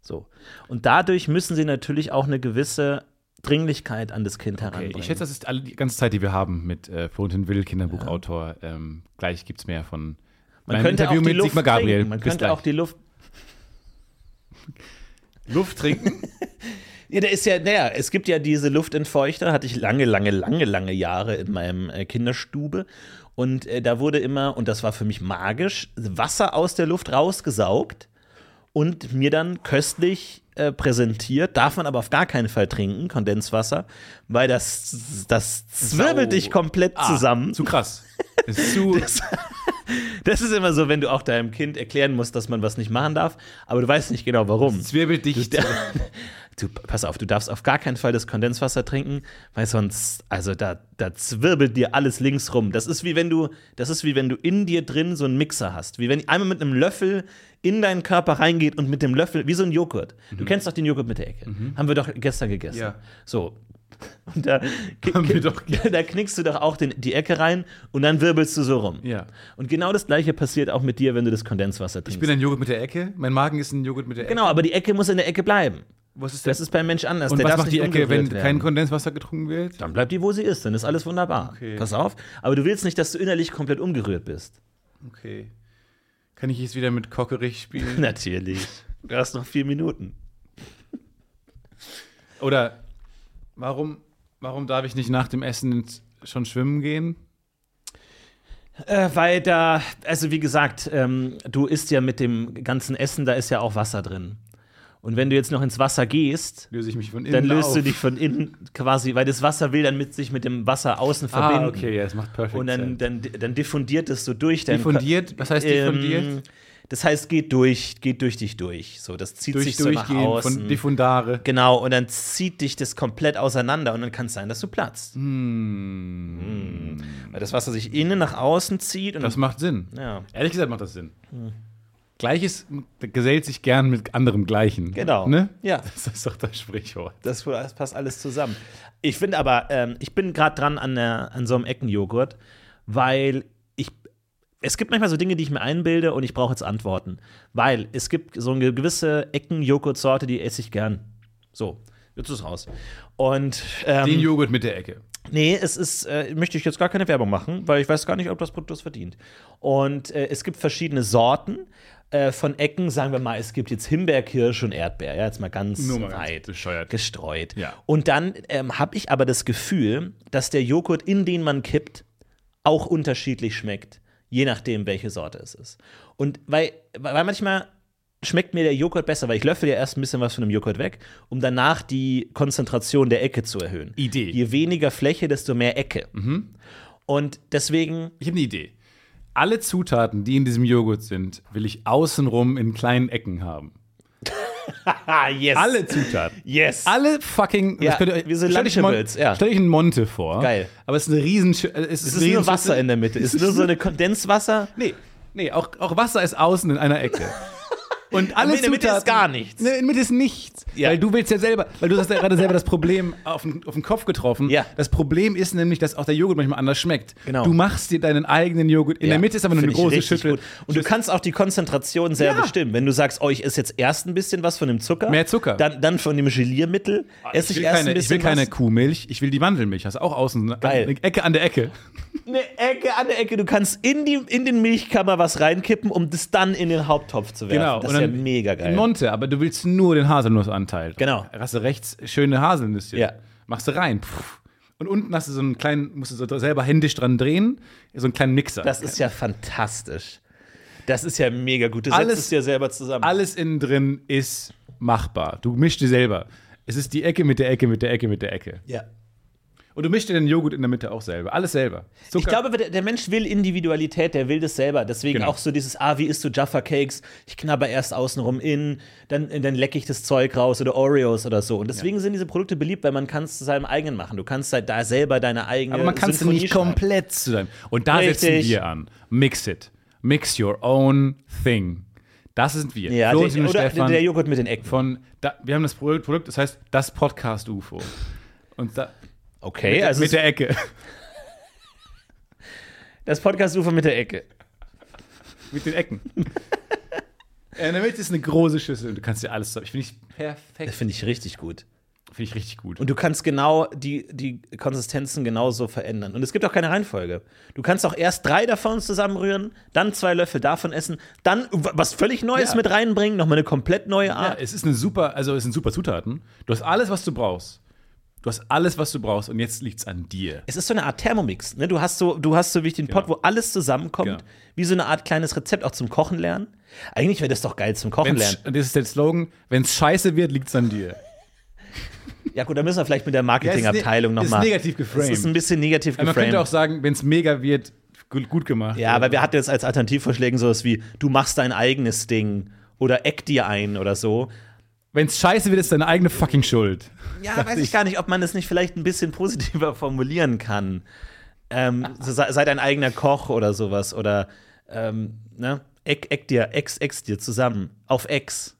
So. Und dadurch müssen sie natürlich auch eine gewisse Dringlichkeit an das Kind Okay, heranbringen. ich schätze, das ist alle, die ganze Zeit, die wir haben mit äh, Florentin Will, Kinderbuchautor. Ähm, gleich gibt es mehr von man meinem könnte Interview auch die mit Luft Sigmar Gabriel. trinken. Man Bis könnte gleich. auch die Luft. Luft trinken. Ja, da ist ja, naja, es gibt ja diese Luftentfeuchter, hatte ich lange, lange, lange, lange Jahre in meinem äh, Kinderstube. Und äh, da wurde immer, und das war für mich magisch, Wasser aus der Luft rausgesaugt und mir dann köstlich äh, präsentiert. Darf man aber auf gar keinen Fall trinken, Kondenswasser, weil das, das zwirbelt dich komplett Ah, zusammen. Zu krass. Ist zu, Das ist immer so, wenn du auch deinem Kind erklären musst, dass man was nicht machen darf, aber du weißt nicht genau warum. zwirbelt dich. Du, du, pass auf, du darfst auf gar keinen Fall das Kondenswasser trinken, weil sonst, also da, da zwirbelt dir alles links rum. Das ist wie wenn du, das ist wie wenn du in dir drin so einen Mixer hast. Wie wenn einmal mit einem Löffel in deinen Körper reingeht und mit dem Löffel, wie so ein Joghurt. Du kennst doch den Joghurt mit der Ecke. Haben wir doch gestern gegessen. Mhm. Ja. So. Und da, Haben wir doch ge- da knickst du doch auch den, die Ecke rein und dann wirbelst du so rum. Ja. Und genau das gleiche passiert auch mit dir, wenn du das Kondenswasser trinkst. Ich bin ein Joghurt mit der Ecke. Mein Magen ist ein Joghurt mit der Ecke. genau, aber die Ecke muss in der Ecke bleiben. Was ist Das ist beim Mensch anders. Und der was darf macht die nicht Ecke, wenn umgerührt werden. kein Kondenswasser getrunken wird? Dann bleibt die, wo sie ist, dann ist alles wunderbar. Okay. Pass auf. Aber du willst nicht, dass du innerlich komplett umgerührt bist. Okay. Kann ich jetzt wieder mit Kockerich spielen? Natürlich. Du hast noch vier Minuten. Oder warum, warum darf ich nicht nach dem Essen ins- schon schwimmen gehen? Äh, weil da, also wie gesagt, ähm, du isst ja mit dem ganzen Essen, da ist ja auch Wasser drin. Und wenn du jetzt noch ins Wasser gehst, Löse ich mich von innen dann löst auf. du dich von innen quasi, weil das Wasser will dann mit sich mit dem Wasser außen verbinden. Ah, okay, ja, das macht perfekt Und dann, Sinn. dann, dann diffundiert es so durch deinen Diffundiert, was heißt Kör- ähm, diffundiert? Das heißt, geht durch, geht durch dich durch. So, das zieht Durch sich so nach durchgehen außen. von Diffundare. Genau, und dann zieht dich das komplett auseinander und dann kann es sein, dass du platzt. Mm. Weil das Wasser sich innen nach außen zieht und Hm. Das macht Sinn. ja, Hm. Ehrlich gesagt macht das Sinn. Gleiches gesellt sich gern mit anderem Gleichen. genau. Ne? Ja, Hm. Das ist doch das Sprichwort. das, das passt alles zusammen. Ich finde aber, ähm, ich bin gerade dran an, der, an so einem Eckenjoghurt, weil ich es gibt manchmal so Dinge, die ich mir einbilde und ich brauche jetzt Antworten. Weil es gibt so eine gewisse Eckenjoghurtsorte, die esse ich gern. So, jetzt ist raus. Und ähm, Den Joghurt mit der Ecke. Nee, es ist, äh, möchte ich jetzt gar keine Werbung machen, weil ich weiß gar nicht, ob das Produkt das verdient. Und äh, es gibt verschiedene Sorten äh, von Ecken, sagen wir mal, es gibt jetzt Himbeer, Kirsch und Erdbeer, ja, jetzt mal ganz Nur mal ganz weit bescheuert. gestreut. Ja. Und dann ähm, habe ich aber das Gefühl, dass der Joghurt, in den man kippt, auch unterschiedlich schmeckt, je nachdem, welche Sorte es ist. Und weil, weil manchmal schmeckt mir der Joghurt besser, weil ich löffel ja erst ein bisschen was von dem Joghurt weg, um danach die Konzentration der Ecke zu erhöhen. Idee. Mhm. Je weniger Fläche, desto mehr Ecke. Und deswegen, Ich habe eine Idee. Alle Zutaten, die in diesem Joghurt sind, will ich außenrum in kleinen Ecken haben. ah, yes. Alle Zutaten. yes. Alle fucking. Ja, das könnt ihr euch- wie so stellt euch einen Mon- Lunchables, ja. Stellt euch einen Monte vor. Geil. Aber es ist eine riesen. Es ist, es ist nur Wasser in der Mitte. Es ist nur so eine Kondenswasser. Nee, nee auch, auch Wasser ist außen in einer Ecke. Und alle in der Mitte ist Zutaten- gar nichts. Nee, in der Mitte ist nichts. Ja. Weil du willst ja selber, weil du hast ja gerade selber das Problem auf den, auf den Kopf getroffen. Ja. Das Problem ist nämlich, dass auch der Joghurt manchmal anders schmeckt. Genau. Du machst dir deinen eigenen Joghurt. In der Ja, Mitte ist aber nur eine find ich große richtig Schüssel. gut. Und du kannst auch die Konzentration selber Ja. bestimmen. Wenn du sagst, oh, ich esse jetzt erst ein bisschen was von dem Zucker. Mehr Zucker. Ah, Dann, dann von dem Geliermittel. Esse Ich ich, will, erst keine, ein ich bisschen will keine was. Kuhmilch, ich will die Mandelmilch. Hast du auch außen eine Geil. eine Ecke an der Ecke. Eine Ecke an der Ecke. Du kannst in, die, in den Milchkammer was reinkippen, um das dann in den Haupttopf zu werfen. Genau. Das Und ist ja dann mega geil. Monte, aber du willst nur den Haselnussanteil. Genau. Hast du rechts schöne Haselnüsse. Ja. Machst du rein. Pff. Und unten hast du so einen kleinen, musst du so selber händisch dran drehen, so einen kleinen Mixer. Das ist ja fantastisch. Das ist ja mega gut. Du setzt Alles- es dir selber zusammen. Alles innen drin ist machbar. Du mischst dir selber. Es ist die Ecke mit der Ecke mit der Ecke mit der Ecke. ja. Und du mischst dir den Joghurt in der Mitte auch selber. Alles selber. Zucker. Ich glaube, der, der Mensch will Individualität, der will das selber. Deswegen Genau. auch so dieses, ah, wie isst du Jaffa Cakes? Ich knabber erst außenrum in, dann, dann lecke ich das Zeug raus oder Oreos oder so. Und deswegen sind diese Produkte beliebt, weil man kann es zu seinem eigenen machen. Du kannst halt da selber deine eigene aber man kann es Sinfonie nicht schreiben. komplett zu sein. Und da Richtig. setzen wir an. Mix it. Mix your own thing. Das sind wir. Ja, Flo der, und Simon oder Stefan. der Joghurt mit den Ecken. von da, wir haben das Produkt, Produkt, das heißt das Podcast UFO. Und da, Okay, mit, der- also mit der Ecke. das Podcast-Ufer mit der Ecke. mit den Ecken. In der Mitte ist eine große Schüssel und du kannst dir alles Ich finde ich perfekt. Das finde ich richtig gut. Finde ich richtig gut. Und du kannst genau die, die Konsistenzen genauso verändern. Und es gibt auch keine Reihenfolge. Du kannst auch erst drei davon zusammenrühren, dann zwei Löffel davon essen, dann w- was völlig Neues Ja. mit reinbringen, nochmal eine komplett neue ja, Art. es ist eine super, also es sind super Zutaten. Du hast alles, was du brauchst. Du hast alles, was du brauchst und jetzt liegt's an dir. Es ist so eine Art Thermomix. Ne? Du, hast so, du hast so wirklich den Pot, wo alles zusammenkommt, Genau. wie so eine Art kleines Rezept auch zum Kochen lernen. Eigentlich wäre das doch geil zum Kochen Wenn's, lernen. das ist der Slogan, wenn es scheiße wird, liegt's an dir. Ja, gut, da müssen wir vielleicht mit der Ja, Marketingabteilung es ist ne- nochmal. ist negativ geframed. Das ist ein bisschen negativ Man geframed. könnte auch sagen, wenn es mega wird, gut, gut gemacht. Ja, aber wir hatten jetzt als Alternativvorschlägen sowas wie, du machst dein eigenes Ding oder eck dir ein oder so. Wenn es scheiße wird, ist deine eigene fucking Schuld. Ja, weiß ich gar nicht, ob man das nicht vielleicht ein bisschen positiver formulieren kann. Ähm, so sei, sei dein eigener Koch oder sowas oder ähm, ne? Eck, eck dir, ex, ex dir zusammen. Auf Ex.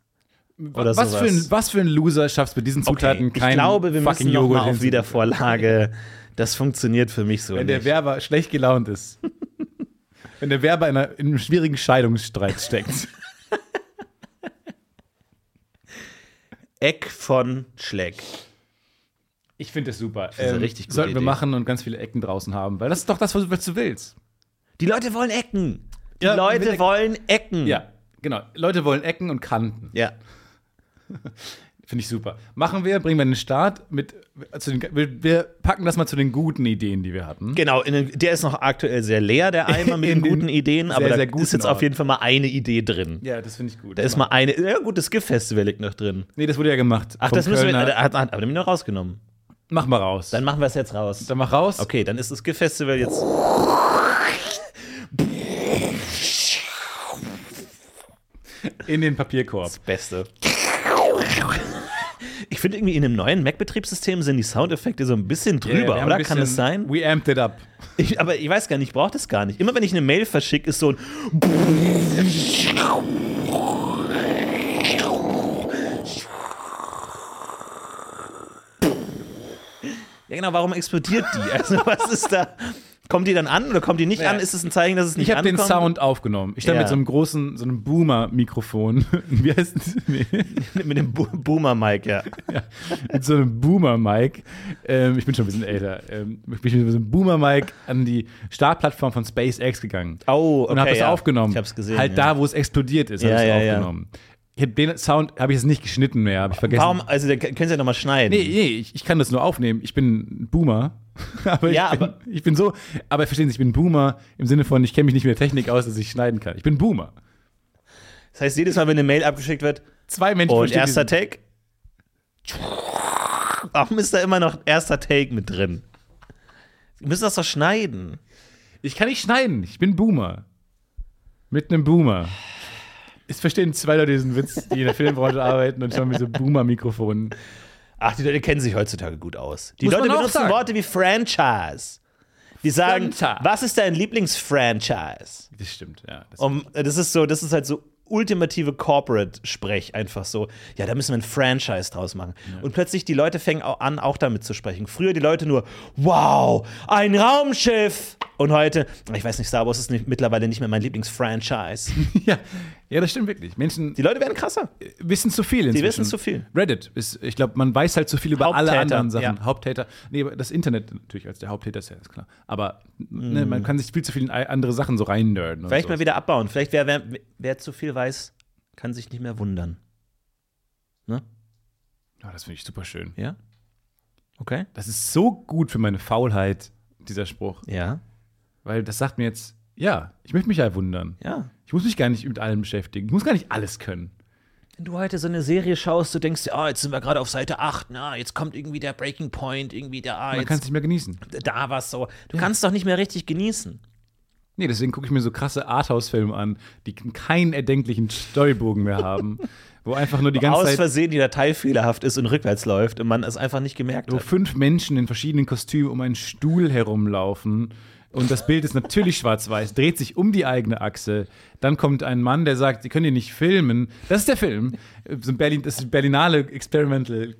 Oder was, sowas. Für ein, was für ein Loser schaffst mit diesen Zutaten ich keinen glaube, wir fucking müssen noch Joghurt mal auf hinzu- Wiedervorlage. Das funktioniert für mich so Wenn der nicht. Werber schlecht gelaunt ist. Wenn der Werber in, einer, in einem schwierigen Scheidungsstreit steckt. Eck von Schleck. Ich finde das super. das eine richtig gute Ähm, sollten wir Idee. machen und ganz viele Ecken draußen haben, weil das ist doch das, was du willst. Die Leute wollen Ecken. Die Ja, mit Leute Ecken. wollen Ecken. Ja, genau. Leute wollen Ecken und Kanten. Ja. Finde ich super. Machen wir, bringen wir in den Start mit. äh, Zu den, wir, wir packen das mal zu den guten Ideen, die wir hatten. Genau, in den, der ist noch aktuell sehr leer, der Eimer mit In den den guten Ideen, aber sehr, da sehr guten ist jetzt auf Ort. jeden Fall mal eine Idee drin. Ja, das finde ich gut. Da ist mal eine, ja gut, das GIF-Festival liegt noch drin. nee, das wurde ja gemacht. Ach, vom das müssen wir, Kölner- äh, hat, hat, hat er mir noch rausgenommen. mach mal raus. Dann machen wir es jetzt raus. Dann mach raus. Okay, dann ist das GIF-Festival jetzt. In den Papierkorb. Das Beste. Ich finde irgendwie in einem neuen Mac-Betriebssystem sind die Soundeffekte so ein bisschen Ja, wir drüber, haben ein oder? Kann bisschen- es sein? We amped it up. Ich, aber ich weiß gar nicht, ich brauche das gar nicht. Immer wenn ich eine Mail verschicke, ist so ein. Ja, genau, warum explodiert die? Also, was ist da? Kommt die dann an oder kommt die nicht Naja, an? Ist es ein Zeichen, dass es nicht Ich habe den ankommt? Sound aufgenommen. Ich stand Ja. mit so einem großen, so einem Boomer-Mikrofon. Wie heißt das? Nee. Mit dem Bo Boomer-Mic, ja. mit so einem Boomer-Mic. Ähm, ich bin schon ein bisschen älter. Ähm, ich bin mit so einem Boomer-Mic an die Startplattform von SpaceX gegangen. Oh, okay, und habe das ja. aufgenommen. Ich hab's gesehen, Halt ja. da, wo es explodiert ist, hab Ja, habe ich ja, ja. aufgenommen. Ich hab den Sound habe ich jetzt nicht geschnitten mehr, habe ich vergessen. Warum? Also, da können Sie ja nochmal schneiden. Nee, nee, ich, ich kann das nur aufnehmen. Ich bin ein Boomer. aber, Ja, ich bin, aber- ich bin so, aber verstehen Sie, ich bin ein Boomer im Sinne von, ich kenne mich nicht mit der Technik aus, dass ich schneiden kann. Ich bin ein Boomer. Das heißt, jedes Mal, wenn eine Mail abgeschickt wird, Zwei Menschen Und verstehen erster diesen- Take. Warum ist da immer noch erster Take mit drin? Wir müssen das doch schneiden. Ich kann nicht schneiden. Ich bin Boomer. Mit einem Boomer. Es verstehen zwei Leute diesen Witz, die in der Filmbranche arbeiten und schon mit so Boomer-Mikrofonen. Ach, die Leute kennen sich heutzutage gut aus. Die Muss Leute man auch benutzen sagen. Worte wie Franchise. Die sagen, Franchise. was ist dein Lieblingsfranchise? Das stimmt, ja. Das Um, äh, das ist so, das ist halt so ultimative Corporate-Sprech einfach so. Ja, da müssen wir ein Franchise draus machen. Und plötzlich die Leute fängen auch an, auch damit zu sprechen. Früher die Leute nur, wow, ein Raumschiff. Und heute, ich weiß nicht, Star Wars ist nicht, mittlerweile nicht mehr mein Lieblingsfranchise. ja. ja, das stimmt wirklich. Menschen Die Leute werden krasser. wissen zu viel inzwischen. wissen zu viel. Reddit ist, ich glaube, man weiß halt zu viel über alle Haupttäter, anderen Sachen. ja. Haupttäter. Nee, aber das Internet natürlich als der Haupttäter ist ja ist klar. Aber ne, man kann sich viel zu viel in ei- andere Sachen so reinnerden. und Mhm. Vielleicht so. mal wieder abbauen. Vielleicht, wer, wer, wer zu viel weiß, kann sich nicht mehr wundern. Ja, Ah, das finde ich super schön. Ja? Okay? Das ist so gut für meine Faulheit, dieser Spruch. Ja. Weil das sagt mir jetzt, ja, ich möchte mich ja wundern. Ja. Ich muss mich gar nicht mit allem beschäftigen. Ich muss gar nicht alles können. Wenn du heute so eine Serie schaust, du denkst dir, ah, jetzt sind wir gerade auf Seite 8, na, jetzt kommt irgendwie der Breaking Point, irgendwie der, ah, Man kann es jetzt, nicht mehr genießen. da war's so. Du kannst doch nicht mehr richtig genießen. Nee, deswegen gucke ich mir so krasse Arthouse-Filme an, die keinen erdenklichen Storybogen mehr haben, wo einfach nur die ganze Aus Zeit Versehen die Datei fehlerhaft ist und rückwärts läuft und man es einfach nicht gemerkt wo hat. fünf Menschen in verschiedenen Kostümen um einen Stuhl herumlaufen. Und das Bild ist natürlich schwarz-weiß, dreht sich um die eigene Achse. Dann kommt ein Mann, der sagt, sie können hier nicht filmen. Das ist der Film. So ein Berlin, das ist ein Berlinale Experimental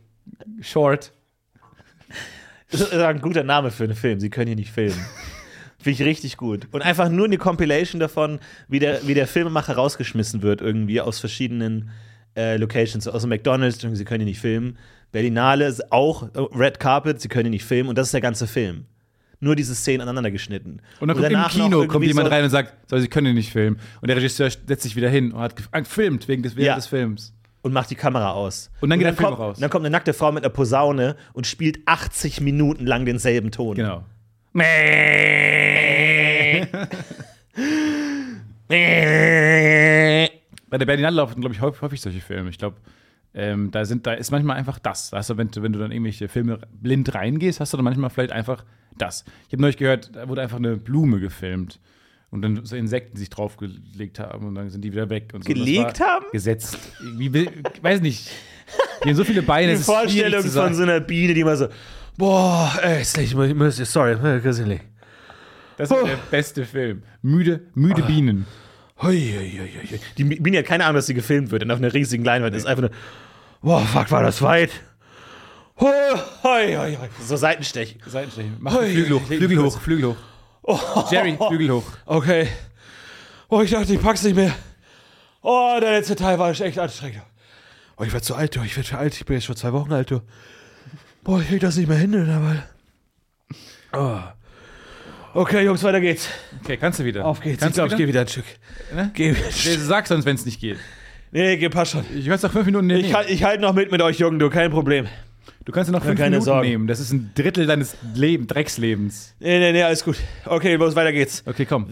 Short. Das ist ein guter Name für einen Film. Sie können hier nicht filmen. Finde ich richtig gut. Und einfach nur eine Compilation davon, wie der, wie der Filmemacher rausgeschmissen wird, irgendwie aus verschiedenen äh, Locations. Aus dem McDonalds, sie können hier nicht filmen. Berlinale ist auch äh, Red Carpet, sie können hier nicht filmen. Und das ist der ganze Film. Nur diese Szenen aneinander geschnitten. Und dann kommt im danach noch Kino irgendwie kommt jemand so, rein und sagt, so, sie können hier nicht filmen. Und der Regisseur setzt sich wieder hin und hat gef- gefilmt wegen des, während Ja. des Films. Und macht die Kamera aus. Und dann geht der Film kommt, raus. Dann kommt eine nackte Frau mit einer Posaune und spielt 80 Minuten lang denselben Ton. Genau. Bei der Berlinale laufen, glaube ich, häufig, häufig solche Filme. Ich glaube, ähm, da, sind, da ist manchmal einfach das. Weißt du, wenn, du- wenn du dann irgendwelche Filme blind reingehst, hast du dann manchmal vielleicht einfach das. Ich habe neulich gehört, da wurde einfach eine Blume gefilmt. Und dann so Insekten sich draufgelegt haben und dann sind die wieder weg. Und so. Das Gelegt war haben? Gesetzt. Irgendwie, will- weiß nicht. Die haben so viele Beine. Die es ist schwierig Vorstellung zu sagen. von so einer Biene, die immer so, boah, ey, ist nicht, ich muss- sorry, muss ich nicht. Das war der beste Film. Müde, müde Oh. Bienen. Hui, hui, hui, hui. Die Biene hat keine Ahnung, dass sie gefilmt wird und auf einer riesigen Leinwand ist einfach nur, boah, fuck, war das weit. Hui, hui, hui, hui. So Seitenstech. Seitenstechen. Mach Flügel hoch, Flügel hoch, Flügel hoch. Jerry, Flügel hoch. Okay. Oh, ich dachte, ich pack's nicht mehr. Oh, der letzte Teil war echt anstrengend. Oh, ich werd zu alt, du. Ich werd zu alt. Ich bin jetzt schon zwei Wochen alt, du. Boah, ich krieg das nicht mehr hin, aber. Oh. Okay, Jungs, weiter geht's. Okay, kannst du wieder. Auf geht's. Kannst ich glaube, du ich wieder? geh wieder ein Stück. Ne? Geh wieder ein Stück. Sag sonst, wenn es nicht geht. Nee, geh, passt schon. Ich werde es nach fünf Minuten nehmen. Ich, halt- ich halte noch mit mit euch, Jungen, du, kein Problem. du kannst es nach fünf keine Minuten Sorgen. nehmen. Das ist ein Drittel deines Leben, Dreckslebens. Nee, nee, nee, alles gut. Okay, los, weiter geht's. Okay, komm.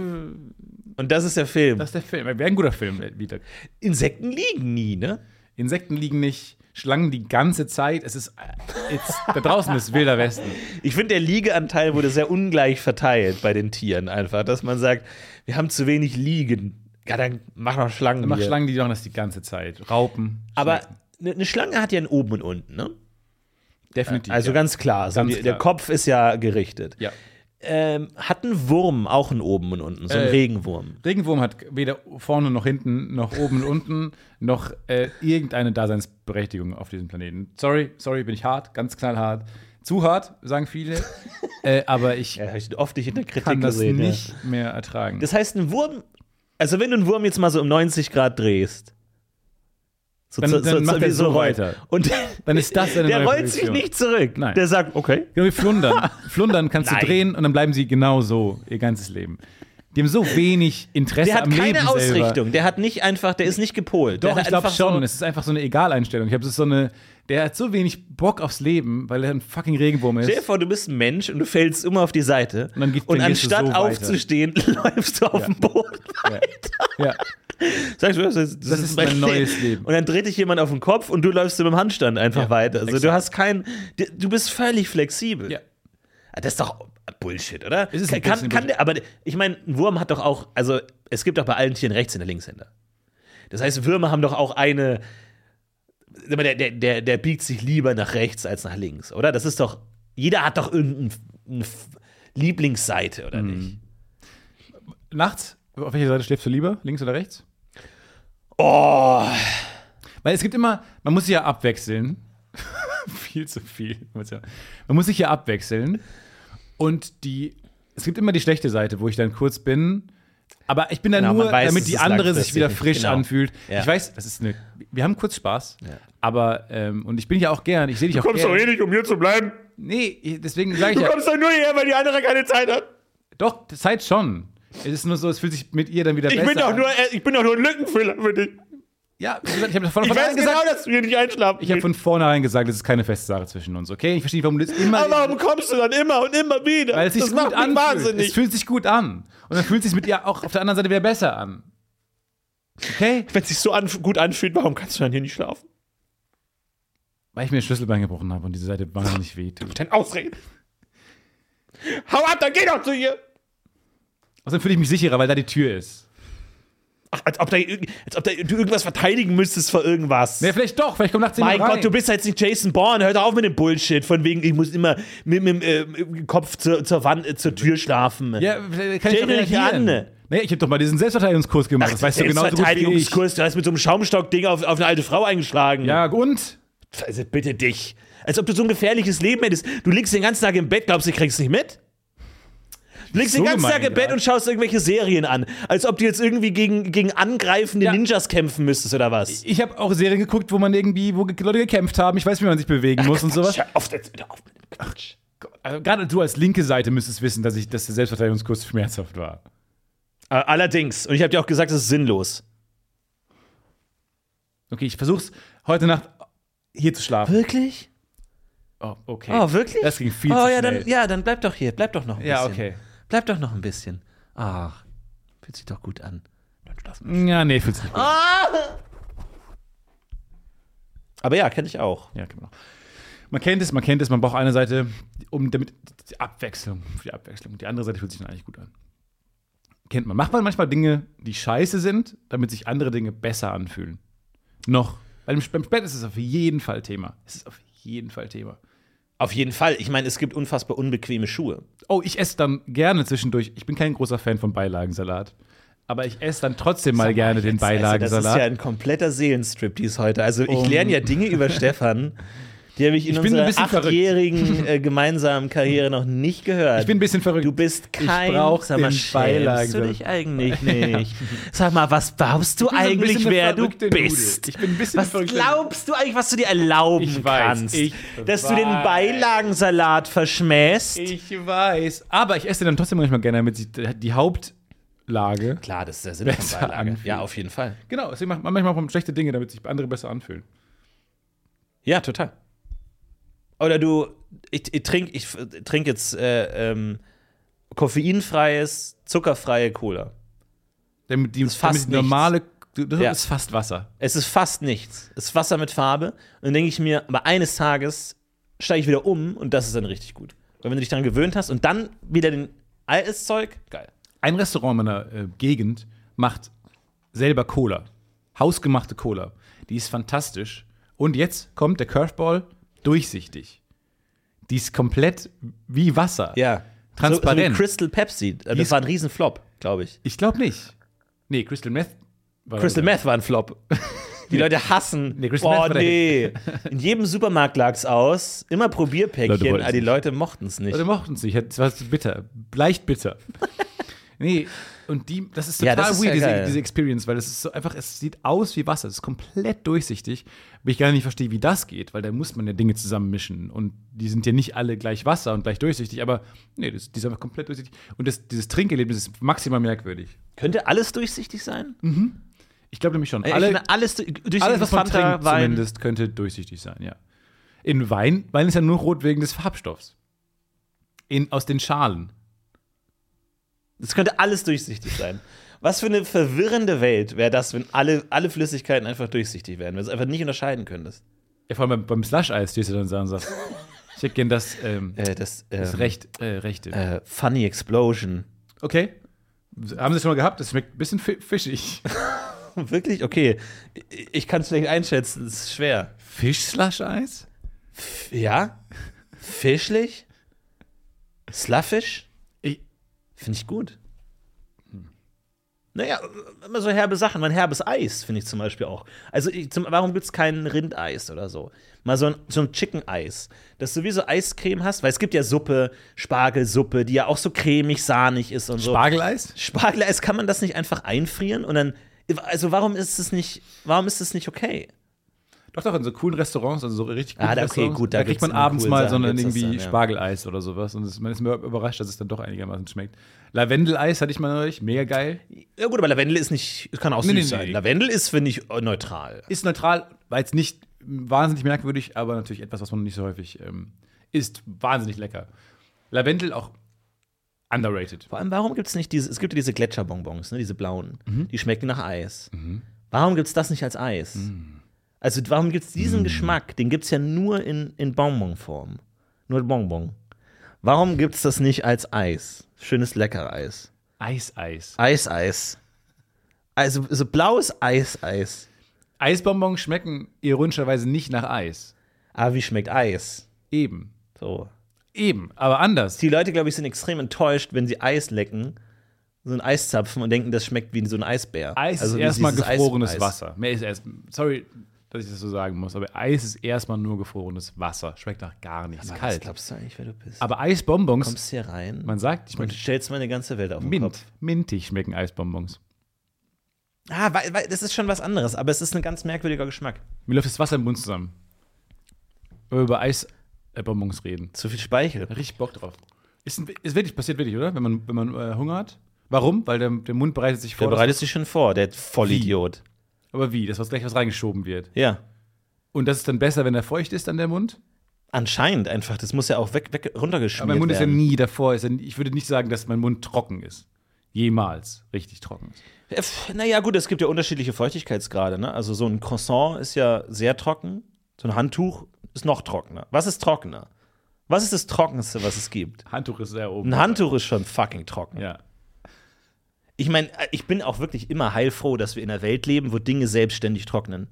Und das ist der Film. Das ist der Film. Wäre ein guter Film wieder. Insekten liegen nie, ne? Insekten liegen nicht, Schlangen die ganze Zeit. Es ist, it's, da draußen ist wilder Westen. Ich finde, der Liegeanteil wurde sehr ungleich verteilt bei den Tieren einfach, dass man sagt, wir haben zu wenig Liegen. Ja, dann mach noch Schlangen. Mach hier. Schlangen, die machen das die ganze Zeit. Raupen. Aber Schnecken. eine ne Schlange hat ja ein Oben und Unten, ne? definitiv. Also ja. ganz klar. So Ganz die, Der klar. Kopf ist ja gerichtet. Ja. Ähm, hat ein Wurm auch ein Oben und Unten, so ein Äh, Regenwurm. Regenwurm hat weder vorne noch hinten, noch oben und unten, noch äh, irgendeine Daseinsberechtigung auf diesem Planeten. Sorry, sorry, bin ich hart, ganz knallhart. Zu hart, sagen viele, äh, aber ich Ja, habe ich oft nicht in der Kritik kann das gesehen. ja. nicht mehr ertragen. Das heißt, ein Wurm, also wenn du einen Wurm jetzt mal so um 90 Grad drehst, so, Dann- zu- dann macht wie er so rollt. weiter. Und Dann ist das eine der neue rollt sich Position. nicht zurück. Nein. Der sagt, okay. Genau wie Flundern. Flundern kannst du Nein. drehen und dann bleiben sie genau so ihr ganzes Leben. Die haben so wenig Interesse Der hat am keine Leben Ausrichtung. selber. Der hat nicht einfach, der ist nicht gepolt. Doch, der ich glaube einfach schon. So, es ist einfach so eine Egaleinstellung. Ich habe so eine. Der hat so wenig Bock aufs Leben, weil er ein fucking Regenwurm stell dir ist. vor, du bist ein Mensch und du fällst immer auf die Seite. Und dann geht- dann gehst du anstatt so weiter. aufzustehen, läufst du auf den Boden weiter. Ja. Sagst du, das ist, das ist mein neues Leben. Und dann dreht dich jemand auf den Kopf und du läufst mit dem Handstand einfach Ja, weiter. Also du exakt. hast keinen, du bist völlig flexibel. ja. Ah, Das ist doch Bullshit, oder? Es ist kann, ein kann, bisschen kann der, aber ich meine, ein Wurm hat doch auch, also es gibt doch bei allen Tieren Rechtshänder, Linkshänder. Das heißt, Würmer haben doch auch eine, sag mal, der, der, der, der biegt sich lieber nach rechts als nach links, oder? Das ist doch, jeder hat doch irgendeine Lieblingsseite, oder Mhm. nicht? Nachts, auf welcher Seite schläfst du lieber? Links oder rechts? Oh, Weil es gibt immer, man muss sich ja abwechseln. viel zu viel. Man muss ja- man muss sich ja abwechseln. Und die, es gibt immer die schlechte Seite, wo ich dann kurz bin. Aber ich bin da Genau, nur, man weiß, damit es die ist andere sich langfristig wieder nicht. frisch Genau. anfühlt. Ja. Ich weiß, das ist eine, wir haben kurz Spaß. Aber, ähm, und ich bin ja auch gern, ich sehe dich auch gern. nicht, um hier zu bleiben. Nee, ich- deswegen sage ich ja, doch nur hierher, weil die andere keine Zeit hat. doch, Zeit schon. Es ist nur so, es fühlt sich mit ihr dann wieder besser an. ich bin doch nur ein Lückenfüller für dich. genau, Ja, wie gesagt, ich habe von vornherein gesagt, dass du hier nicht einschlafen ich habe von vornherein gesagt, es ist keine feste Sache zwischen uns, okay? Ich verstehe, warum du das immer kommst du dann immer und immer wieder? Weil es sich gut anfühlt. Es fühlt sich gut an. Und dann fühlt es sich mit ihr auch auf der anderen Seite wieder besser an. Okay? Wenn es sich so anf gut anfühlt, warum kannst du dann hier nicht schlafen? Weil ich mir das Schlüsselbein gebrochen habe und diese Seite wahnsinnig wehtut. Dann ausreden. Hau ab, dann geh doch zu ihr. Außerdem fühle ich mich sicherer, weil da die Tür ist. Ach, als ob, da, irg- als ob da, du irgendwas verteidigen müsstest vor irgendwas. Ja, vielleicht doch. Vielleicht kommt nachts mein jemand rein. Gott, du bist jetzt nicht Jason Bourne. Hör doch auf mit dem Bullshit. Von wegen, ich muss immer mit, mit, äh, mit dem Kopf zur, zur Wand, äh, zur Tür schlafen. Ja, vielleicht kann ich Stell doch dich nicht reagieren. an. Nee, ich habe doch mal diesen Selbstverteidigungskurs gemacht. das weißt du genau so gut wie ich. Verteidigungskurs, du hast mit so einem Schaumstock-Ding auf, auf eine alte Frau eingeschlagen. Ja, und? Also bitte dich. Als ob du so ein gefährliches Leben hättest. Du liegst den ganzen Tag im Bett, glaubst du, kriegst es nicht mit? Du liegst So den ganzen gemein Tag im grad. Bett und schaust irgendwelche Serien an. Als ob du jetzt irgendwie gegen, gegen angreifende Ja. Ninjas kämpfen müsstest oder was. Ich habe auch Serien geguckt, wo man irgendwie, wo ge- Leute gekämpft haben. Ich weiß, wie man sich bewegen muss und sowas. Hör auf, jetzt hör auf mit dem Quatsch. Also, gerade du als linke Seite müsstest wissen, dass, ich, dass der Selbstverteidigungskurs schmerzhaft war. Äh, Allerdings, und ich habe dir auch gesagt, das ist sinnlos. Okay, ich versuch's heute Nacht hier zu schlafen. Wirklich? Oh, okay. Oh, wirklich? Das ging viel oh, zu ja, schnell. Dann, ja, dann bleib doch hier. Bleib doch noch ein Ja, bisschen. okay. Bleib doch noch ein bisschen. Ach, fühlt sich doch gut an. Dann schlaf mal. Ja, nee, fühlt's nicht gut. Aber ja, kenne ich auch. Ja, genau. Man kennt es, man kennt es, man braucht eine Seite, um damit die Abwechslung, für die Abwechslung. Die andere Seite fühlt sich dann eigentlich gut an. Kennt man. Macht man manchmal Dinge, die scheiße sind, damit sich andere Dinge besser anfühlen. Noch. Bei dem, beim Spät ist es auf jeden Fall Thema. Es ist auf jeden Fall Thema. Auf jeden Fall. Ich meine, es gibt unfassbar unbequeme Schuhe. Oh, ich esse dann gerne zwischendurch. Ich bin kein großer Fan von Beilagensalat. Aber ich esse dann trotzdem mal gerne den Also, das ist Beilagensalat. ja ein kompletter Seelenstriptease heute. Also ich Um. lerne ja Dinge über Stefan, die habe ich in Ich bin unserer ein bisschen verrückt. achtjährigen äh, gemeinsamen Karriere noch nicht gehört. ich bin ein bisschen verrückt. Du bist kein. brauch sag mal, den schämst du Beilagensalat. dich eigentlich nicht? Sag mal, was glaubst du bin so ein eigentlich, bisschen eine wer du verrückte bist? Nudel. Ich bin ein bisschen was verrückte glaubst du eigentlich, was du dir erlauben Ich weiß, kannst? ich dass du den weiß. Beilagensalat verschmähst? Ich weiß. Aber ich esse dann trotzdem manchmal gerne, damit sich die Haupt, Lage. Klar, das ist der Sinn von Besser Beilage. anfühlt. Ja, auf jeden Fall. Genau, deswegen macht man manchmal macht man schlechte Dinge, damit sich andere besser anfühlen. Ja, total. Oder du, ich, ich trinke ich f- trink jetzt äh, ähm, koffeinfreies, zuckerfreie Cola. Damit die, ist fast damit die nichts. normale, das Ja. ist fast Wasser. Es ist fast nichts. Es ist Wasser mit Farbe. Und dann denke ich mir, aber eines Tages steige ich wieder um und das ist dann richtig gut. Weil wenn du dich daran gewöhnt hast und dann wieder den altes Zeug, geil. Ein Restaurant in meiner äh, Gegend macht selber Cola. Hausgemachte Cola. Die ist fantastisch. Und jetzt kommt der Curveball durchsichtig. Die ist komplett wie Wasser. Ja. Transparent. So, so Transparent. wie Crystal Pepsi. äh, Das ist- war ein Riesenflop, glaube ich. Ich glaube nicht. Nee, Crystal Meth. war- Crystal Meth war ein Flop. Die Leute hassen. Nee, Crystal Meth Boah, war der nee. In jedem Supermarkt lag's aus. Immer Probierpäckchen, Leute wollten's aber die nicht. Leute mochten es nicht. Leute mochten es nicht. Es war bitter. Leicht bitter. nee, und die, das ist Ja, total das ist ja weird, diese, geil. diese Experience, weil das ist so einfach, es sieht aus wie Wasser. Es ist komplett durchsichtig. Weil ich gar nicht verstehe, wie das geht, weil da muss man ja Dinge zusammenmischen. Und die sind ja nicht alle gleich Wasser und gleich durchsichtig, aber nee, das, die sind einfach komplett durchsichtig. Und das, dieses Trinkerlebnis ist maximal merkwürdig. Könnte alles durchsichtig sein? Ich glaube nämlich schon. Äh, Ich Alle, finde, alles du- durchsichtig. alles, was man Fanta, trinkt, Wein. zumindest, könnte durchsichtig sein, ja. In Wein, Wein ist ja nur rot wegen des Farbstoffs. In, aus den Schalen. Es könnte alles durchsichtig sein. Was für eine verwirrende Welt wäre das, wenn alle, alle Flüssigkeiten einfach durchsichtig wären, wenn du es einfach nicht unterscheiden könntest. Ja, vor allem beim, beim Slush-Eis stehst du dann da und sagst, ich hätte gern das, ähm, Äh, das das ähm, Recht, äh, Rechte. äh, Funny Explosion. Okay. Haben sie schon mal gehabt? Das schmeckt ein bisschen fi- fischig. Wirklich? Okay. Ich, ich kann es schlecht einschätzen, es ist schwer. Fisch-Slush-Eis? Ja? Fischlich? Sluffisch? Ich- Finde ich gut. Hm. Naja, immer so herbe Sachen. Mein herbes Eis finde ich zum Beispiel auch. Also, ich, zum, warum gibt es kein Rindeis oder so? Mal so ein, so ein Chicken-Eis. Dass du wie so Eiscreme hast, weil es gibt ja Suppe, Spargelsuppe, die ja auch so cremig, sahnig ist und so. Spargeleis? Spargeleis, kann man das nicht einfach einfrieren und dann. Also, warum ist es nicht, warum ist es nicht okay? Doch, doch, in so coolen Restaurants, also so richtig Ah, coolen da- okay, Restaurants. gut, da da gibt's kriegt man immer abends coole mal Sachen, so ein gibt's das irgendwie dann, ja. Spargeleis oder sowas und es- man ist mir überrascht, dass es dann doch einigermaßen schmeckt. Lavendeleis hatte ich mal neulich, mega geil. Ja gut, aber Lavendel ist nicht, es kann auch süß Nee, nee, sein. nee. Lavendel ist, finde ich, äh, neutral. Ist neutral, war jetzt nicht wahnsinnig merkwürdig, aber natürlich etwas, was man nicht so häufig ähm, isst. Wahnsinnig lecker. Lavendel auch underrated. Vor allem, warum gibt es nicht diese, es gibt ja diese Gletscherbonbons, ne, diese blauen, Mhm. die schmecken nach Eis. Warum gibt es das nicht als Eis? Mhm. Also warum gibt es diesen Geschmack, den gibt es ja nur in, in Bonbonform, nur Bonbon. Warum gibt es das nicht als Eis? Schönes Leckereis. Eis-Eis. Eis-Eis. Also so blaues Eis-Eis. Eisbonbons schmecken ironischerweise nicht nach Eis. Aber Ah, wie schmeckt Eis? Eben. So. Eben, aber anders. Die Leute, glaube ich, sind extrem enttäuscht, wenn sie Eis lecken, so einen Eiszapfen und denken, das schmeckt wie so ein Eisbär. Eis Also ist wie erstmal dieses gefrorenes Eis- Wasser. Mehr ist erst. Sorry, dass ich das so sagen muss, aber Eis ist erstmal nur gefrorenes Wasser. Schmeckt nach gar nichts. Mann, Was kalt. glaubst du eigentlich, wer du bist? Aber du Eisbonbons, kommst hier rein man sagt, ich und meine, stellst meine ganze Welt auf den Kopf. mint, mintig schmecken Eisbonbons. Ah, weil, weil, das ist schon was anderes, aber es ist ein ganz merkwürdiger Geschmack. Mir läuft das Wasser im Mund zusammen. Wenn wir über Eisbonbons reden. Zu viel Speichel. Richtig Bock drauf. Ist, ein- ist wirklich, passiert wirklich, oder? Wenn man, wenn man äh, Hunger hat. Warum? Weil der, der Mund bereitet sich Der vor. bereitet sich schon vor, der Vollidiot. dass, aber wie? Das was gleich was reingeschoben wird. Ja. Und das ist dann besser, wenn er feucht ist an der Mund? Anscheinend einfach, das muss ja auch weg, weg runtergeschmiert Aber mein Mund ist ja werden. nie davor. Ist ja, nie- ich würde nicht sagen, dass mein Mund trocken ist. Jemals richtig trocken. ist. Äh, pf, Naja, gut, es gibt ja unterschiedliche Feuchtigkeitsgrade. Ne? Also, so ein Croissant ist ja sehr trocken. So ein Handtuch ist noch trockener. Was ist trockener? Was ist das Trockenste, was es gibt? Handtuch ist sehr oben. Ein Handtuch ist schon fucking trocken. Ja. Ich meine, ich bin auch wirklich immer heilfroh, dass wir in einer Welt leben, wo Dinge selbstständig trocknen.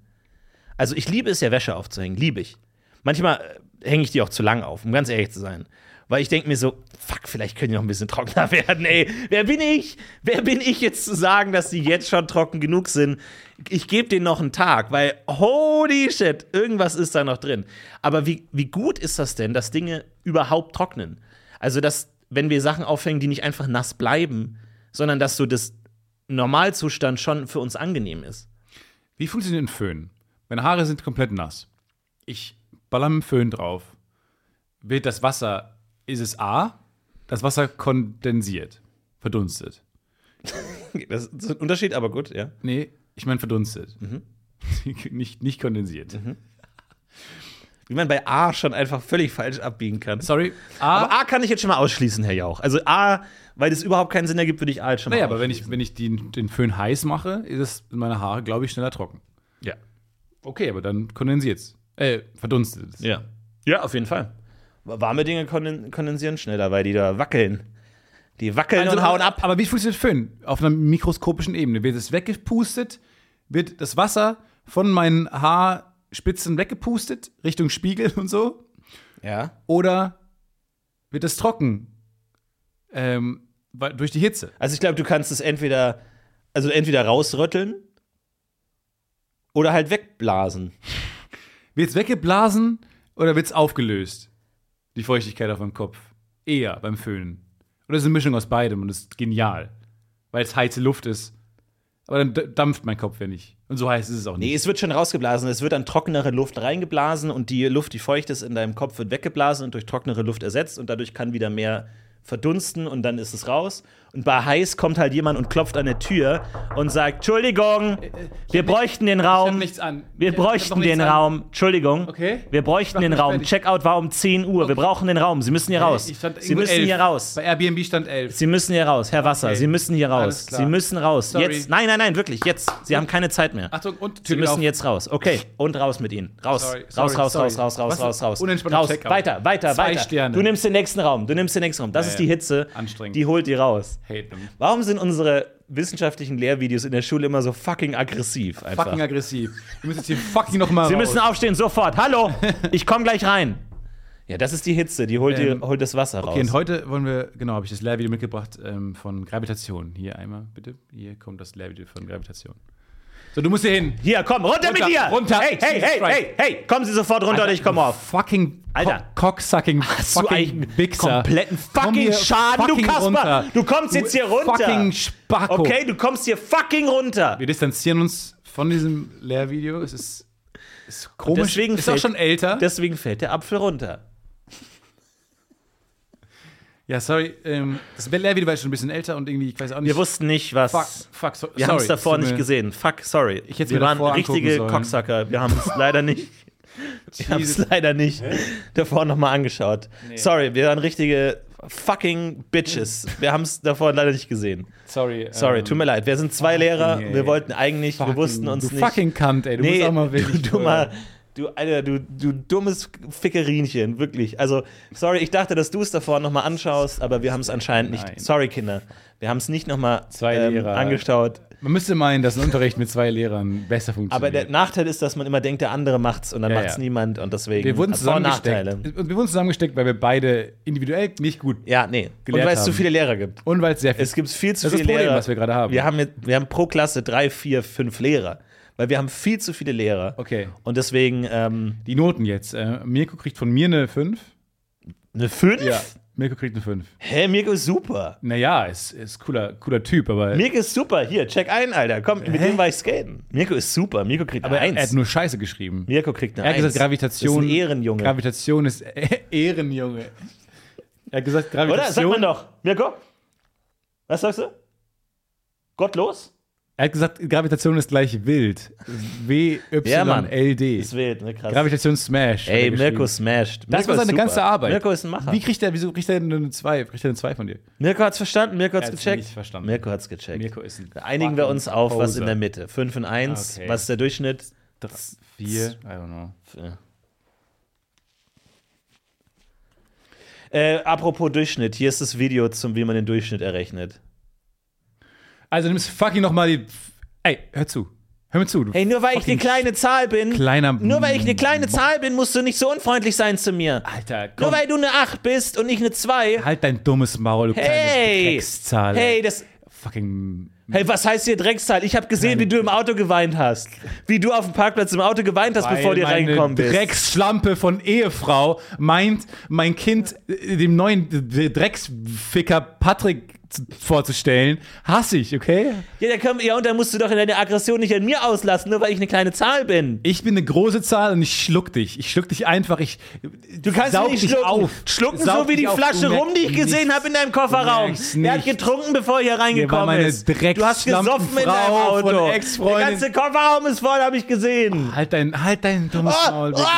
Also, ich liebe es ja, Wäsche aufzuhängen. Liebe ich. Manchmal äh, hänge ich die auch zu lang auf, um ganz ehrlich zu sein. Weil ich denke mir so, fuck, vielleicht können die noch ein bisschen trockener werden, ey. Wer bin ich? Wer bin ich jetzt zu sagen, dass die jetzt schon trocken genug sind? Ich gebe denen noch einen Tag, weil holy shit, irgendwas ist da noch drin. Aber wie, wie gut ist das denn, dass Dinge überhaupt trocknen? Also, dass, wenn wir Sachen aufhängen, die nicht einfach nass bleiben, sondern dass so das Normalzustand schon für uns angenehm ist. Wie funktioniert ein Föhn? Meine Haare sind komplett nass. Ich baller mit dem Föhn drauf. Wird das Wasser, ist es A, das Wasser kondensiert, verdunstet. Das ist ein Unterschied, aber gut, ja. Nee, ich meine verdunstet. Mhm. nicht, nicht kondensiert. Wie man bei A schon einfach völlig falsch abbiegen kann. Sorry. A, Aber A kann ich jetzt schon mal ausschließen, Herr Jauch. Also A, weil das überhaupt keinen Sinn ergibt, würde ich A jetzt schon mal naja, aber wenn ich, wenn ich den, den Föhn heiß mache, ist es meine Haare, glaube ich, schneller trocken. Ja. Okay, aber dann kondensiert's. Äh, verdunstet es. Ja. Ja, auf jeden Fall. Warme Dinge konden- kondensieren schneller, weil die da wackeln. Die wackeln und hauen ab. Also, Aber wie funktioniert Föhn? Auf einer mikroskopischen Ebene. Wird es weggepustet, wird das Wasser von meinen Haarspitzen weggepustet, Richtung Spiegel und so? Ja. Oder wird es trocken? Ähm, weil- durch die Hitze. Also ich glaube, du kannst es entweder, also entweder rausrötteln oder halt wegblasen. Wird es weggeblasen oder wird es aufgelöst? Die Feuchtigkeit auf meinem Kopf. Eher beim Föhnen. Oder es ist eine Mischung aus beidem und es ist genial. Weil es heiße Luft ist. Aber dann d- dampft mein Kopf ja nicht. Und so heiß ist es auch nicht. Nee, es wird schon rausgeblasen. Es wird dann trockenere Luft reingeblasen und die Luft, die feucht ist in deinem Kopf, wird weggeblasen und durch trocknere Luft ersetzt und dadurch kann wieder mehr verdunsten und dann ist es raus. Und bei heiß kommt halt jemand und klopft an der Tür und sagt, Entschuldigung, Äh, wir bräuchten den Ich hab Raum. nichts Wir an. Ich hab- ich hab doch bräuchten nichts den an. Raum. Entschuldigung. Okay. Wir Mach bräuchten den mich Raum. fertig. Checkout war um 10 Uhr. Wir brauchen den Raum. Sie müssen hier raus. Ich stand Sie irgendwo müssen elf. hier raus. Bei Airbnb stand 11. Sie müssen hier raus, Herr Wasser. Okay. Sie müssen hier raus. Alles klar. Sie müssen raus. Sorry. Jetzt. Nein, nein, nein, wirklich. Jetzt. Sie haben keine Zeit mehr. Achtung, und Sie Tür müssen auf. jetzt raus. Okay, und raus mit ihnen. Raus, Sorry, raus, sorry, raus, sorry. raus, raus, raus, Was raus, für- raus. unentspannter raus. Checkout. Weiter, weiter, Zwei weiter. Sterne. Du nimmst den nächsten Raum. Du nimmst den nächsten Raum. Das Ja, ist ja. die Hitze. Anstrengend. Die holt die raus. Hate them. Warum sind unsere wissenschaftlichen Lehrvideos in der Schule immer so fucking aggressiv? Einfach? Fucking aggressiv. Wir müssen jetzt hier fucking nochmal. Sie müssen raus. aufstehen, sofort. Hallo, ich komme gleich rein. Ja, das ist die Hitze. Die holt, Ähm, die, holt das Wasser Okay, und raus. heute wollen wir, genau, habe ich das Lehrvideo mitgebracht ähm, von Gravitation. Hier einmal, bitte. Hier kommt das Lehrvideo von Gravitation. So, du musst hier hin. Hier, komm, runter, mit Runter, dir! runter. Hey, hey, Jesus hey, Christ. hey, hey, kommen Sie sofort runter oder ich komme auf. Fucking Alter. Co cocksucking Hast du fucking einen Wichser. kompletten Komm fucking hier Schaden, fucking du Kasper. runter. Du kommst jetzt hier runter. Fucking Spacko. Okay, du kommst hier fucking runter. Wir distanzieren uns von diesem Lehrvideo. Es ist, ist komisch. deswegen ist auch fällt- schon älter. Deswegen fällt der Apfel runter. Ja, sorry. Ähm, das Lehrvideo war schon ein bisschen älter und irgendwie, ich weiß auch nicht. Wir wussten nicht, was. Fuck, fuck, so, Wir haben es davor nicht gesehen. Fuck, sorry. hätt's wir mir waren davor angucken richtige sollen. Cocksucker. Wir haben es leider nicht. Wir haben es Jesus. leider nicht davor nochmal angeschaut. Sorry, wir waren richtige fucking Bitches. Wir haben es davor leider nicht gesehen. Sorry. Sorry, tut mir leid. Wir sind zwei Lehrer. Ähm, ey. Wir wollten eigentlich, wir wussten uns du nicht. Fucking Kant, ey. Du Nee, musst auch mal wirklich. äh, du dummer, du, Alter, du, du dummes Fickerinchen, wirklich. Also, sorry, ich dachte, dass du es davor nochmal anschaust, aber wir haben es anscheinend Nein. nicht. Sorry, Kinder. Wir haben es nicht nochmal Zwei ähm, Lehrer. angeschaut. Man müsste meinen, dass ein Unterricht mit zwei Lehrern besser Aber der funktioniert. Nachteil ist, dass man immer denkt, der andere macht's und dann Ja, macht's ja. niemand und deswegen wir wurden hat's Mhm. Vor- und zusammengesteckt. Und Wir wurden zusammengesteckt, weil wir beide individuell nicht gut. Ja, nee. Und Gelehrt weil es zu haben. viele Lehrer gibt. Und weil es sehr viel. Es gibt viel zu Das ist viele das Problem, Lehrer. was wir gerade haben. Wir haben, jetzt, wir haben pro Klasse drei, vier, fünf Lehrer. Weil wir haben viel zu viele Lehrer. okay. Und deswegen ähm, Die Noten jetzt. Äh, Mirko kriegt von mir eine 5. eine 5? Mirko kriegt eine 5. Hä, Mirko ist super. Naja, ist, ist cooler, cooler Typ, aber, Mirko ist super. Hier, check ein, Alter. Komm, mit dem war ich skaten. Mirko ist super. Mirko kriegt eine aber er hat Eins. nur Scheiße geschrieben. Mirko kriegt eine Er hat Eins. gesagt, Gravitation. Das ist ein Ehrenjunge. Gravitation ist Ehrenjunge. Er hat gesagt, Oder? Sagt Gravitation. man doch. Mirko? Was sagst du? Gottlos? er hat gesagt, Gravitation ist gleich wild. Ja, Mann. W-Y-L-D. Ist wild, ne? Krass. Gravitation Smash. hat er Ey, geschrieben. Mirko smashed. Mirko Das war ist seine super. ganze Arbeit. Mirko ist ein Macher. Wie kriegt er, wieso kriegt er eine 2? Kriegt er eine 2 von dir? Mirko hat's verstanden, Mirko hat's hat's gecheckt. nicht verstanden. Also Mirko hat's gecheckt. ist ein. Einigen wir uns auf, was in der Mitte. Mitte. 5 und 1, Okay. was ist der Durchschnitt? 4, I don't know. Äh, apropos Durchschnitt, hier ist das Video zum, wie man den Durchschnitt errechnet. Also nimmst fucking nochmal die. Ey, hör zu. Hör mir zu. du Hey, nur weil ich fucking eine kleine Zahl bin, Kleiner. nur weil ich eine kleine Zahl bin, musst du nicht so unfreundlich sein zu mir. Alter, komm. Nur weil du eine 8 bist und ich eine 2. halt dein dummes Maul, du kleine Hey! Dreckszahl. Hey, das Fucking. Hey, was heißt hier Dreckszahl? Ich habe gesehen, wie du im Auto geweint hast. Wie du auf dem Parkplatz im Auto geweint hast, bevor Weil du meine reingekommen bist. Drecksschlampe von Ehefrau meint, mein Kind äh, dem neuen D- D- Drecksficker Patrick zu- vorzustellen, hasse ich, okay? Ja, da komm, ja, und dann musst du doch deine Aggression nicht an mir auslassen, nur weil ich eine kleine Zahl bin. Ich bin eine große Zahl und ich schluck dich. Ich schluck dich einfach. Ich, du kannst saug nicht dich schlucken. auf. Schlucken, Saug so wie dich die auf. Flasche Du rum, die ich merkst gesehen nichts. habe in deinem Du Kofferraum. merkst Er hat nichts. getrunken, bevor er hier war reingekommen meine ist. Du hast gesoffen in deinem Drecksschlampenfrau von Auto. Der Ex-Freundin. ganze Kofferraum ist voll, habe ich gesehen. Halt dein, halt dein dummes Oh, Maul. oh, du nein,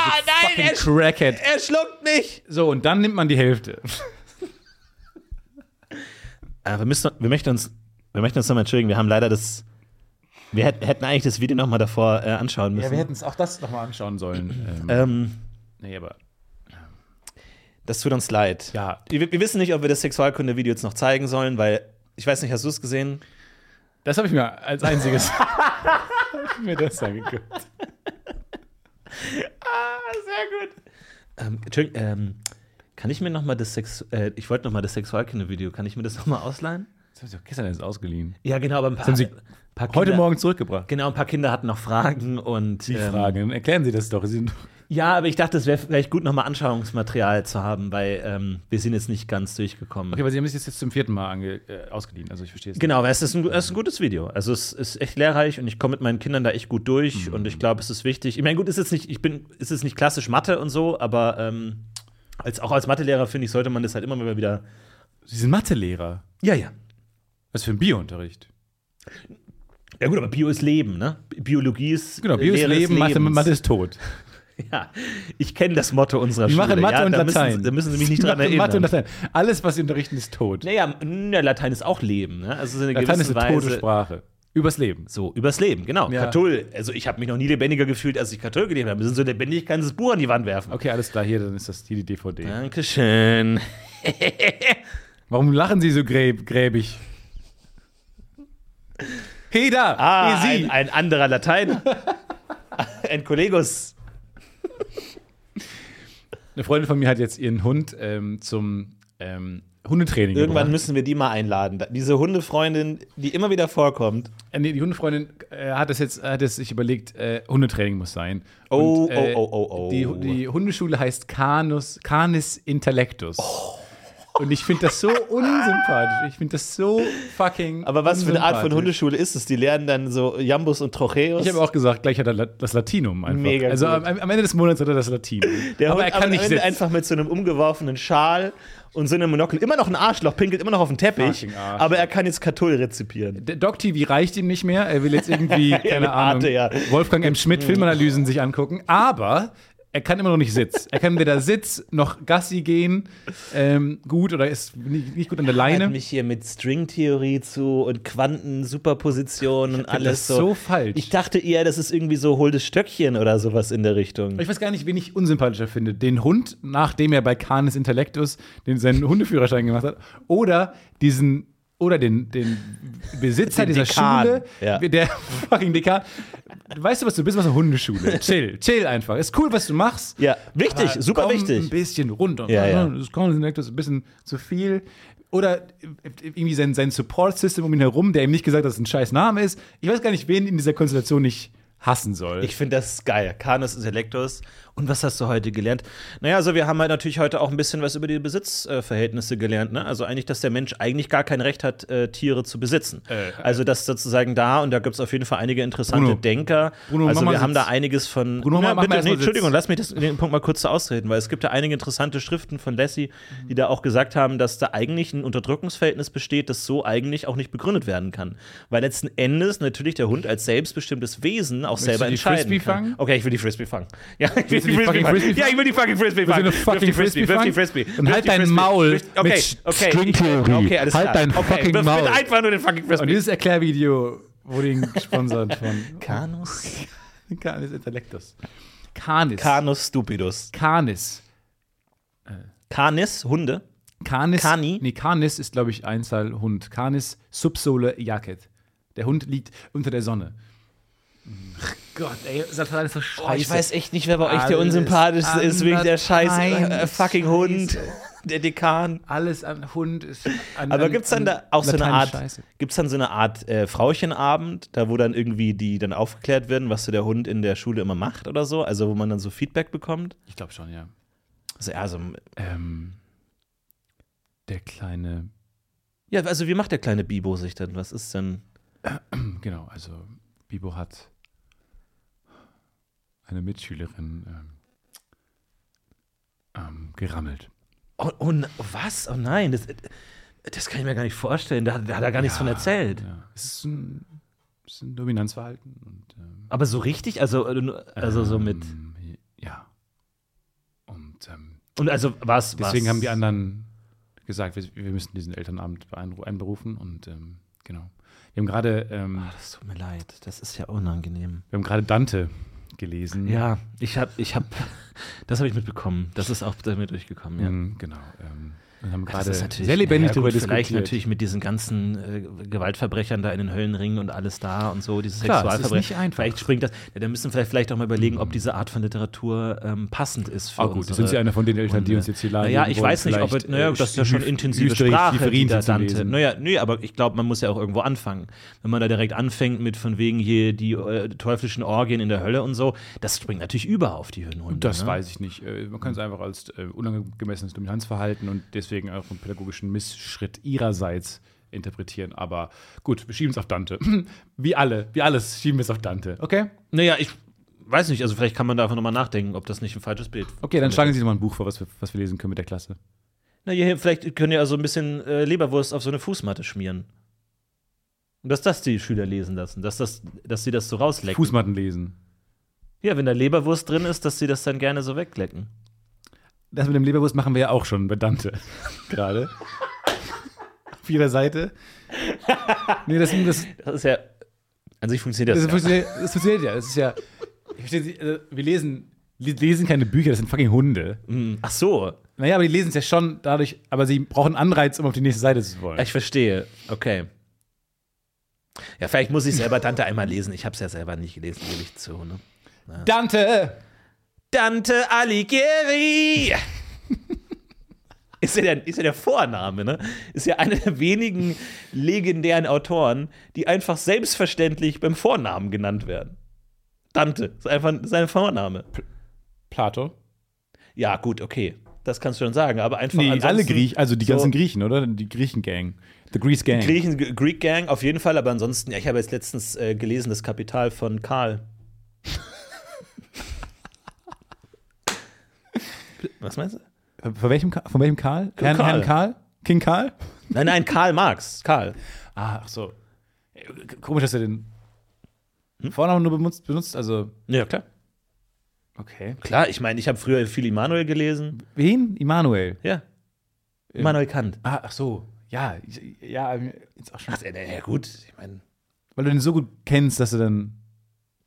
fucking er- Crackhead. Er schluckt nicht. So, und dann nimmt man die Hälfte. Ah, wir, müssen, wir möchten uns, wir möchten uns nochmal entschuldigen. Wir haben leider das. Wir hätt- hätten eigentlich das Video nochmal davor äh, anschauen müssen. uns auch das nochmal anschauen sollen. Ähm, ähm, nee, aber das tut uns leid. ja, Wir, wir wissen nicht, ob wir das Sexualkunde-Video jetzt noch zeigen sollen, weil ich weiß nicht, hast du es gesehen? das habe ich mir als einziges hab ich mir das angeguckt. Sehr gut. Ähm, Entschuldigung, ähm, kann ich mir nochmal das Sex, äh, ich wollte nochmal das Sexualkunde-Video, kann ich mir das nochmal ausleihen? Das haben sie doch gestern erst ausgeliehen. Ja, genau, aber ein paar, haben Sie paar Kinder, Heute Morgen zurückgebracht. Genau, ein paar Kinder hatten noch Fragen und. Die ähm, Fragen, erklären Sie das doch. Sie sind Ja, aber ich dachte, es wäre vielleicht gut, nochmal Anschauungsmaterial zu haben, weil ähm, wir sind jetzt nicht ganz durchgekommen. okay, aber Sie haben es jetzt zum vierten Mal ange, äh, ausgeliehen. Also ich verstehe es Genau, weil es ist, ein, es ist ein gutes Video. Also es ist echt lehrreich und ich komme mit meinen Kindern da echt gut Mhm. durch und ich glaube, es ist wichtig. Ich meine, gut, ist jetzt nicht, ich bin, ist jetzt nicht klassisch Mathe und so, aber ähm, als, auch als Mathelehrer finde ich, sollte man das halt immer mal wieder. nicht. Sie sind Mathelehrer. Ja, ja. Was für ein Biounterricht. Ja gut, aber Bio ist Leben, ne? Biologie ist Genau, äh, Bio ist Lehre Leben, Mathe, Lebens. Mathe ist tot. Ja, ich kenne das Motto unserer Die Schule. machen Mathe ja, und da Latein. Müssen, da müssen Sie mich Die nicht dran machen erinnern. Mathe und Latein. Alles, was Sie unterrichten, ist tot. naja, m- ja, Latein ist auch Leben, ne? Also so eine Latein ist gewisse eine tote Weise- Sprache. Übers Leben. So, übers Leben, genau. Ja. Kathol, also ich habe mich noch nie lebendiger gefühlt, als ich Kathol gelebt habe. Wir sind so lebendig, ich kann das Buch an die Wand werfen. Okay, alles klar, hier, dann ist das hier die DVD. Dankeschön. Warum lachen Sie so gräb, gräbig? Hey da, Ah, hey ein, Sie. ein anderer Latein. ein Kollegus. Eine Freundin von mir hat jetzt ihren Hund ähm, zum ähm, Hundetraining Irgendwann gebracht. müssen wir die mal einladen. Da- Diese Hundefreundin, die immer wieder vorkommt. Äh, nee, die Hundefreundin äh, hat es jetzt, hat es sich überlegt, äh, Hundetraining muss sein. Oh, Und, äh, oh, oh, oh, oh. Die, die Hundeschule heißt Canus, Canis Intellectus. Oh. Und ich finde das so unsympathisch. Ich finde das so fucking. Aber was für eine Art von unsympathisch. Hundeschule ist es? Die lernen dann so Jambus und Trocheus. Ich habe auch gesagt, gleich hat er La- das Latinum einfach. Mega also gut. am, am Ende des Monats hat er das Latinum. der aber Hund er kann am nicht Ende sitzen. einfach mit so einem umgeworfenen Schal und so einem Monokel. Immer noch ein Arschloch, pinkelt immer noch auf den Teppich. Fucking Arschloch. Aber er kann jetzt Kathol rezipieren. Der DocTV reicht ihm nicht mehr. Er will jetzt irgendwie, keine mit Ahnung, Arte, ja. Mhm. Wolfgang M. Schmidt Filmanalysen sich angucken. Aber er kann immer noch nicht Sitz. Er kann weder Sitz noch Gassi gehen. Ähm, gut oder ist nicht, nicht gut an der Eine? Leine. mich hier mit Stringtheorie zu und Quanten-Superposition und alles das so falsch. Ich dachte eher, das ist irgendwie so holdes Stöckchen oder sowas in der Richtung. Ich weiß gar nicht, wen ich unsympathischer finde. Den Hund, nachdem er bei Canis Intellectus den, seinen Hundeführerschein gemacht hat, oder diesen oder den, den Besitzer Den dieser Dekan, Schule, ja. der fucking Dekan. Weißt du, was du bist? Was eine Hundeschule. Chill, chill einfach. Ist cool, was du machst. Ja, wichtig, aber super komm Ein wichtig. bisschen runter. Ja, ja. Das Canis Intellectus ist ein bisschen zu viel. Oder irgendwie sein, sein Support-System um ihn herum, der ihm nicht gesagt hat, dass es ein scheiß Name ist. Ich weiß gar nicht, wen in dieser Konstellation ich hassen soll. Ich finde das geil. Canis Intellectus. Und was hast du heute gelernt? Naja, also wir haben halt natürlich heute auch ein bisschen was über die Besitzverhältnisse gelernt. Ne? Also eigentlich, dass der Mensch eigentlich gar kein Recht hat, äh, Tiere zu besitzen. also das sozusagen da, und da gibt es auf jeden Fall einige interessante Bruno. Denker. Bruno, also mach mal wir haben da Sitz. einiges von. Bruno, mach- mach mal bitte, erst mal nee, Sitz. Entschuldigung, lass mich das, den Punkt mal kurz zu ausreden, weil es gibt da einige interessante Schriften von Lassie, die da auch gesagt haben, dass da eigentlich ein Unterdrückungsverhältnis besteht, das so eigentlich auch nicht begründet werden kann. Weil letzten Endes natürlich der Hund als selbstbestimmtes Wesen auch Willst selber du die entscheiden. Frisbee kann. fangen? Okay, ich will die Frisbee fangen. Ja, ich will Willst du die fucking Frisbee Ja, ich will die fucking Frisbee Willst du fangen. eine Wirf fucking die Frisbee wirf die fangen? Frisbee. Dann wirf halt die dein Frisbee. Maul Wirf- mit Okay, Sch- okay. Stringtheorie. Okay, alles Halt klar. dein okay, fucking wirf bitte Maul. einfach nur den fucking Und Frisbee. dieses Erklärvideo wurde Ihnen gesponsert von Canus. Canis Intellectus. Canis. Canus stupidus. Canis. Canis, Hunde. Canis. Cani? Nee, Canis ist, glaube ich, Einzahl Hund. Canis subsole jacet. Der Hund liegt unter der Sonne. Gott, ey, Satan ist so scheiße. Oh, ich weiß echt nicht, wer bei euch der Alles unsympathischste ist, wegen der scheiß an der äh, fucking Hund, der Dekan. Alles an Hund ist. An, Aber an- gibt's dann an da auch so eine Latein Art, Scheiße. gibt's dann so eine Art äh, Frauchenabend, da wo dann irgendwie die dann aufgeklärt werden, was so der Hund in der Schule immer macht oder so, also wo man dann so Feedback bekommt? Ich glaube schon, ja. Also, ja, so, Ähm, der kleine Ja, also wie macht der kleine Bibo sich denn? Was ist denn? Genau, also Bibo hat eine Mitschülerin ähm, ähm, gerammelt. Oh, oh n- was? Oh nein, das, das kann ich mir gar nicht vorstellen. Da, da hat er gar nichts von erzählt. Ja, es ist ein, es ist ein Dominanzverhalten und ähm, Aber so richtig, also, äh, nur- also so mit. ähm, ja. Und ähm, Und also was? deswegen was? haben die anderen gesagt, wir, wir müssen diesen Elternabend beeinru- einberufen und ähm, genau. Wir haben gerade ähm, Ah, Das tut mir leid, das ist ja unangenehm. wir haben gerade Dante gelesen. Ja, ich habe, ich habe, das habe ich mitbekommen. Das ist auch bei mir durchgekommen, ja. Mhm, genau. Ähm, und haben Das gerade ist natürlich- sehr lebendig naja, darüber gut, diskutiert. Vielleicht natürlich mit diesen ganzen äh, Gewaltverbrechern da in den Höllenringen und alles da und so, dieses Klar, das ist Sexualverbrechen. nicht einfach. Vielleicht springt das. Ja, da müssen wir vielleicht auch mal überlegen, ob diese Art von Literatur ähm, passend ist für Ah, gut, unsere, sind Sie einer von den Eltern, die äh, Und, uns jetzt hier äh, laden? Naja, ich weiß nicht, ob es, äh, naja, das ist ja schon intensive Sprache, die da Dante. Naja, nee, aber ich glaube, man muss ja auch irgendwo anfangen. Wenn man da direkt anfängt mit von wegen hier die äh, teuflischen Orgien in der Hölle und so, das springt natürlich über auf die Hirnhunde. Das ne? weiß ich nicht. Äh, Man kann es einfach als äh, unangemessenes Dominanzverhalten und deswegen auch einen pädagogischen Missschritt ihrerseits interpretieren. Aber gut, wir schieben es auf Dante. Wie alle, wie alles schieben wir es auf Dante. Okay? Naja, ich weiß nicht, also vielleicht kann man da einfach nochmal nachdenken, ob das nicht ein falsches Bild Okay, dann schlagen Sie doch mal ein Buch vor, was wir, was wir lesen können mit der Klasse. Na, hier, vielleicht können ja so ein bisschen äh, Leberwurst auf so eine Fußmatte schmieren. Und dass das die Schüler lesen lassen, dass, das, dass sie das so rauslecken. Fußmatten lesen. Ja, wenn da Leberwurst drin ist, dass sie das dann gerne so weglecken. Das mit dem Leberwurst machen wir ja auch schon bei Dante. Gerade. auf jeder Seite. Nee, das, das, Das ist ja. An sich funktioniert Das, das. ja. funktioniert, das funktioniert ja. Das ist ja. Ich verstehe, Sie, also wir lesen, li- lesen keine Bücher, das sind fucking Hunde. Hm, Ach so, Naja, aber die lesen es ja schon dadurch, aber sie brauchen einen Anreiz, um auf die nächste Seite zu wollen. ich verstehe. Okay. Ja, vielleicht muss ich selber Dante einmal lesen. Ich habe es ja selber nicht gelesen, gebe ich zu. Ne? Dante! Dante Alighieri. ist, ja der, ist ja der Vorname, ne? Ist ja einer der wenigen legendären Autoren, die einfach selbstverständlich beim Vornamen genannt werden. Dante ist einfach sein Vorname. Plato? Ja, gut, okay. Das kannst du schon sagen, aber einfach Nee, ansonsten- alle Griechen, also die so- ganzen Griechen, oder? Die Griechen-Gang. The Greece Gang. Griechen, G- Greek Gang auf jeden Fall, aber ansonsten, ja, ich habe jetzt letztens äh, gelesen, das Kapital von Karl. Was meinst du? Von- von, welchem, Ka- von welchem Karl? Herrn, Karl. Herrn Karl? King Karl? Nein, nein, Karl Marx. Karl. Ah, ach so. Komisch, dass er den Vornamen nur benutzt, benutzt also. Ja, klar. Okay. Klar, ich meine, ich habe früher viel Immanuel gelesen. Wen? Immanuel. Ja. Immanuel Kant. Ah, ach so. Ja, ich- ja, jetzt auch schon. Ach, äh, na ja, gut. Ich meine. Weil du den so gut kennst, dass du dann.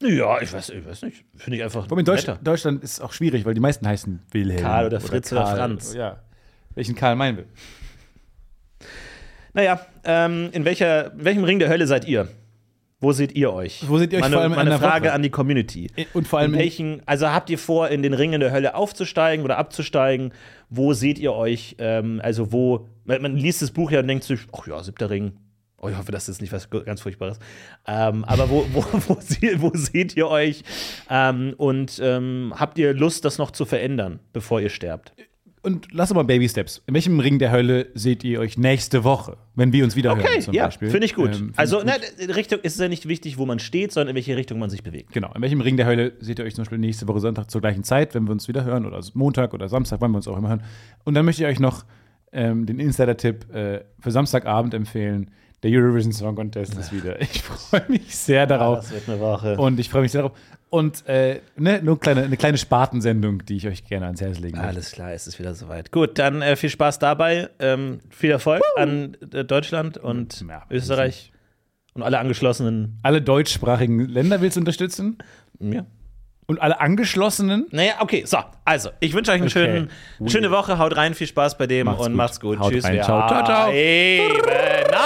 Ja, ich weiß, ich weiß nicht. Finde ich einfach. Vor allem in Deutsch, netter. Deutschland ist es auch schwierig, weil die meisten heißen Wilhelm. Karl oder Fritz oder Franz. Ja. Welchen Karl meinen will. Naja, ähm, in, welcher, in welchem Ring der Hölle seid ihr? Wo seht ihr euch? Wo seht ihr euch meine, vor allem in meine einer Frage Woche? an die Community. Und vor In allem. welchen, also habt ihr vor, in den Ringen der Hölle aufzusteigen oder abzusteigen? Wo seht ihr euch? Ähm, also, wo, man, man liest das Buch ja und denkt sich, ach ja, siebter Ring. Oh, ich hoffe, das ist nicht was g- ganz Furchtbares. Ähm, aber wo, wo, wo, se- wo seht ihr euch? Ähm, und ähm, habt ihr Lust, das noch zu verändern, bevor ihr sterbt? und lass doch mal Baby Steps. In welchem Ring der Hölle seht ihr euch nächste Woche, wenn wir uns wieder hören? Zum ja, Beispiel? finde ich gut. Ähm, find also, ich gut. na, d- Richtung ist ja nicht wichtig, wo man steht, sondern in welche Richtung man sich bewegt. Genau. In welchem Ring der Hölle seht ihr euch zum Beispiel nächste Woche Sonntag zur gleichen Zeit, wenn wir uns wieder hören? Oder also Montag oder Samstag, wann wir uns auch immer hören. Und dann möchte ich euch noch ähm, den Insider-Tipp äh, für Samstagabend empfehlen. Der Eurovision Song Contest ist wieder. Ich freue mich sehr darauf. Ah, Das wird eine Woche. Und ich freue mich sehr darauf. Und äh, ne, nur kleine, eine kleine Spartensendung, die ich euch gerne ans Herz legen möchte. Alles klar, es ist wieder soweit. Gut, dann äh, viel Spaß dabei. Ähm, viel Erfolg an äh, Deutschland und Ja, Österreich und alle angeschlossenen. Alle deutschsprachigen Länder willst du unterstützen Ja. und alle angeschlossenen. Naja, okay, so. Also, ich wünsche euch eine schönen, Weird. schöne Woche. Haut rein, viel Spaß bei dem Macht's und gut. macht's gut. Haut Tschüss. rein, wir ciao, ciao, ciao. heben ab.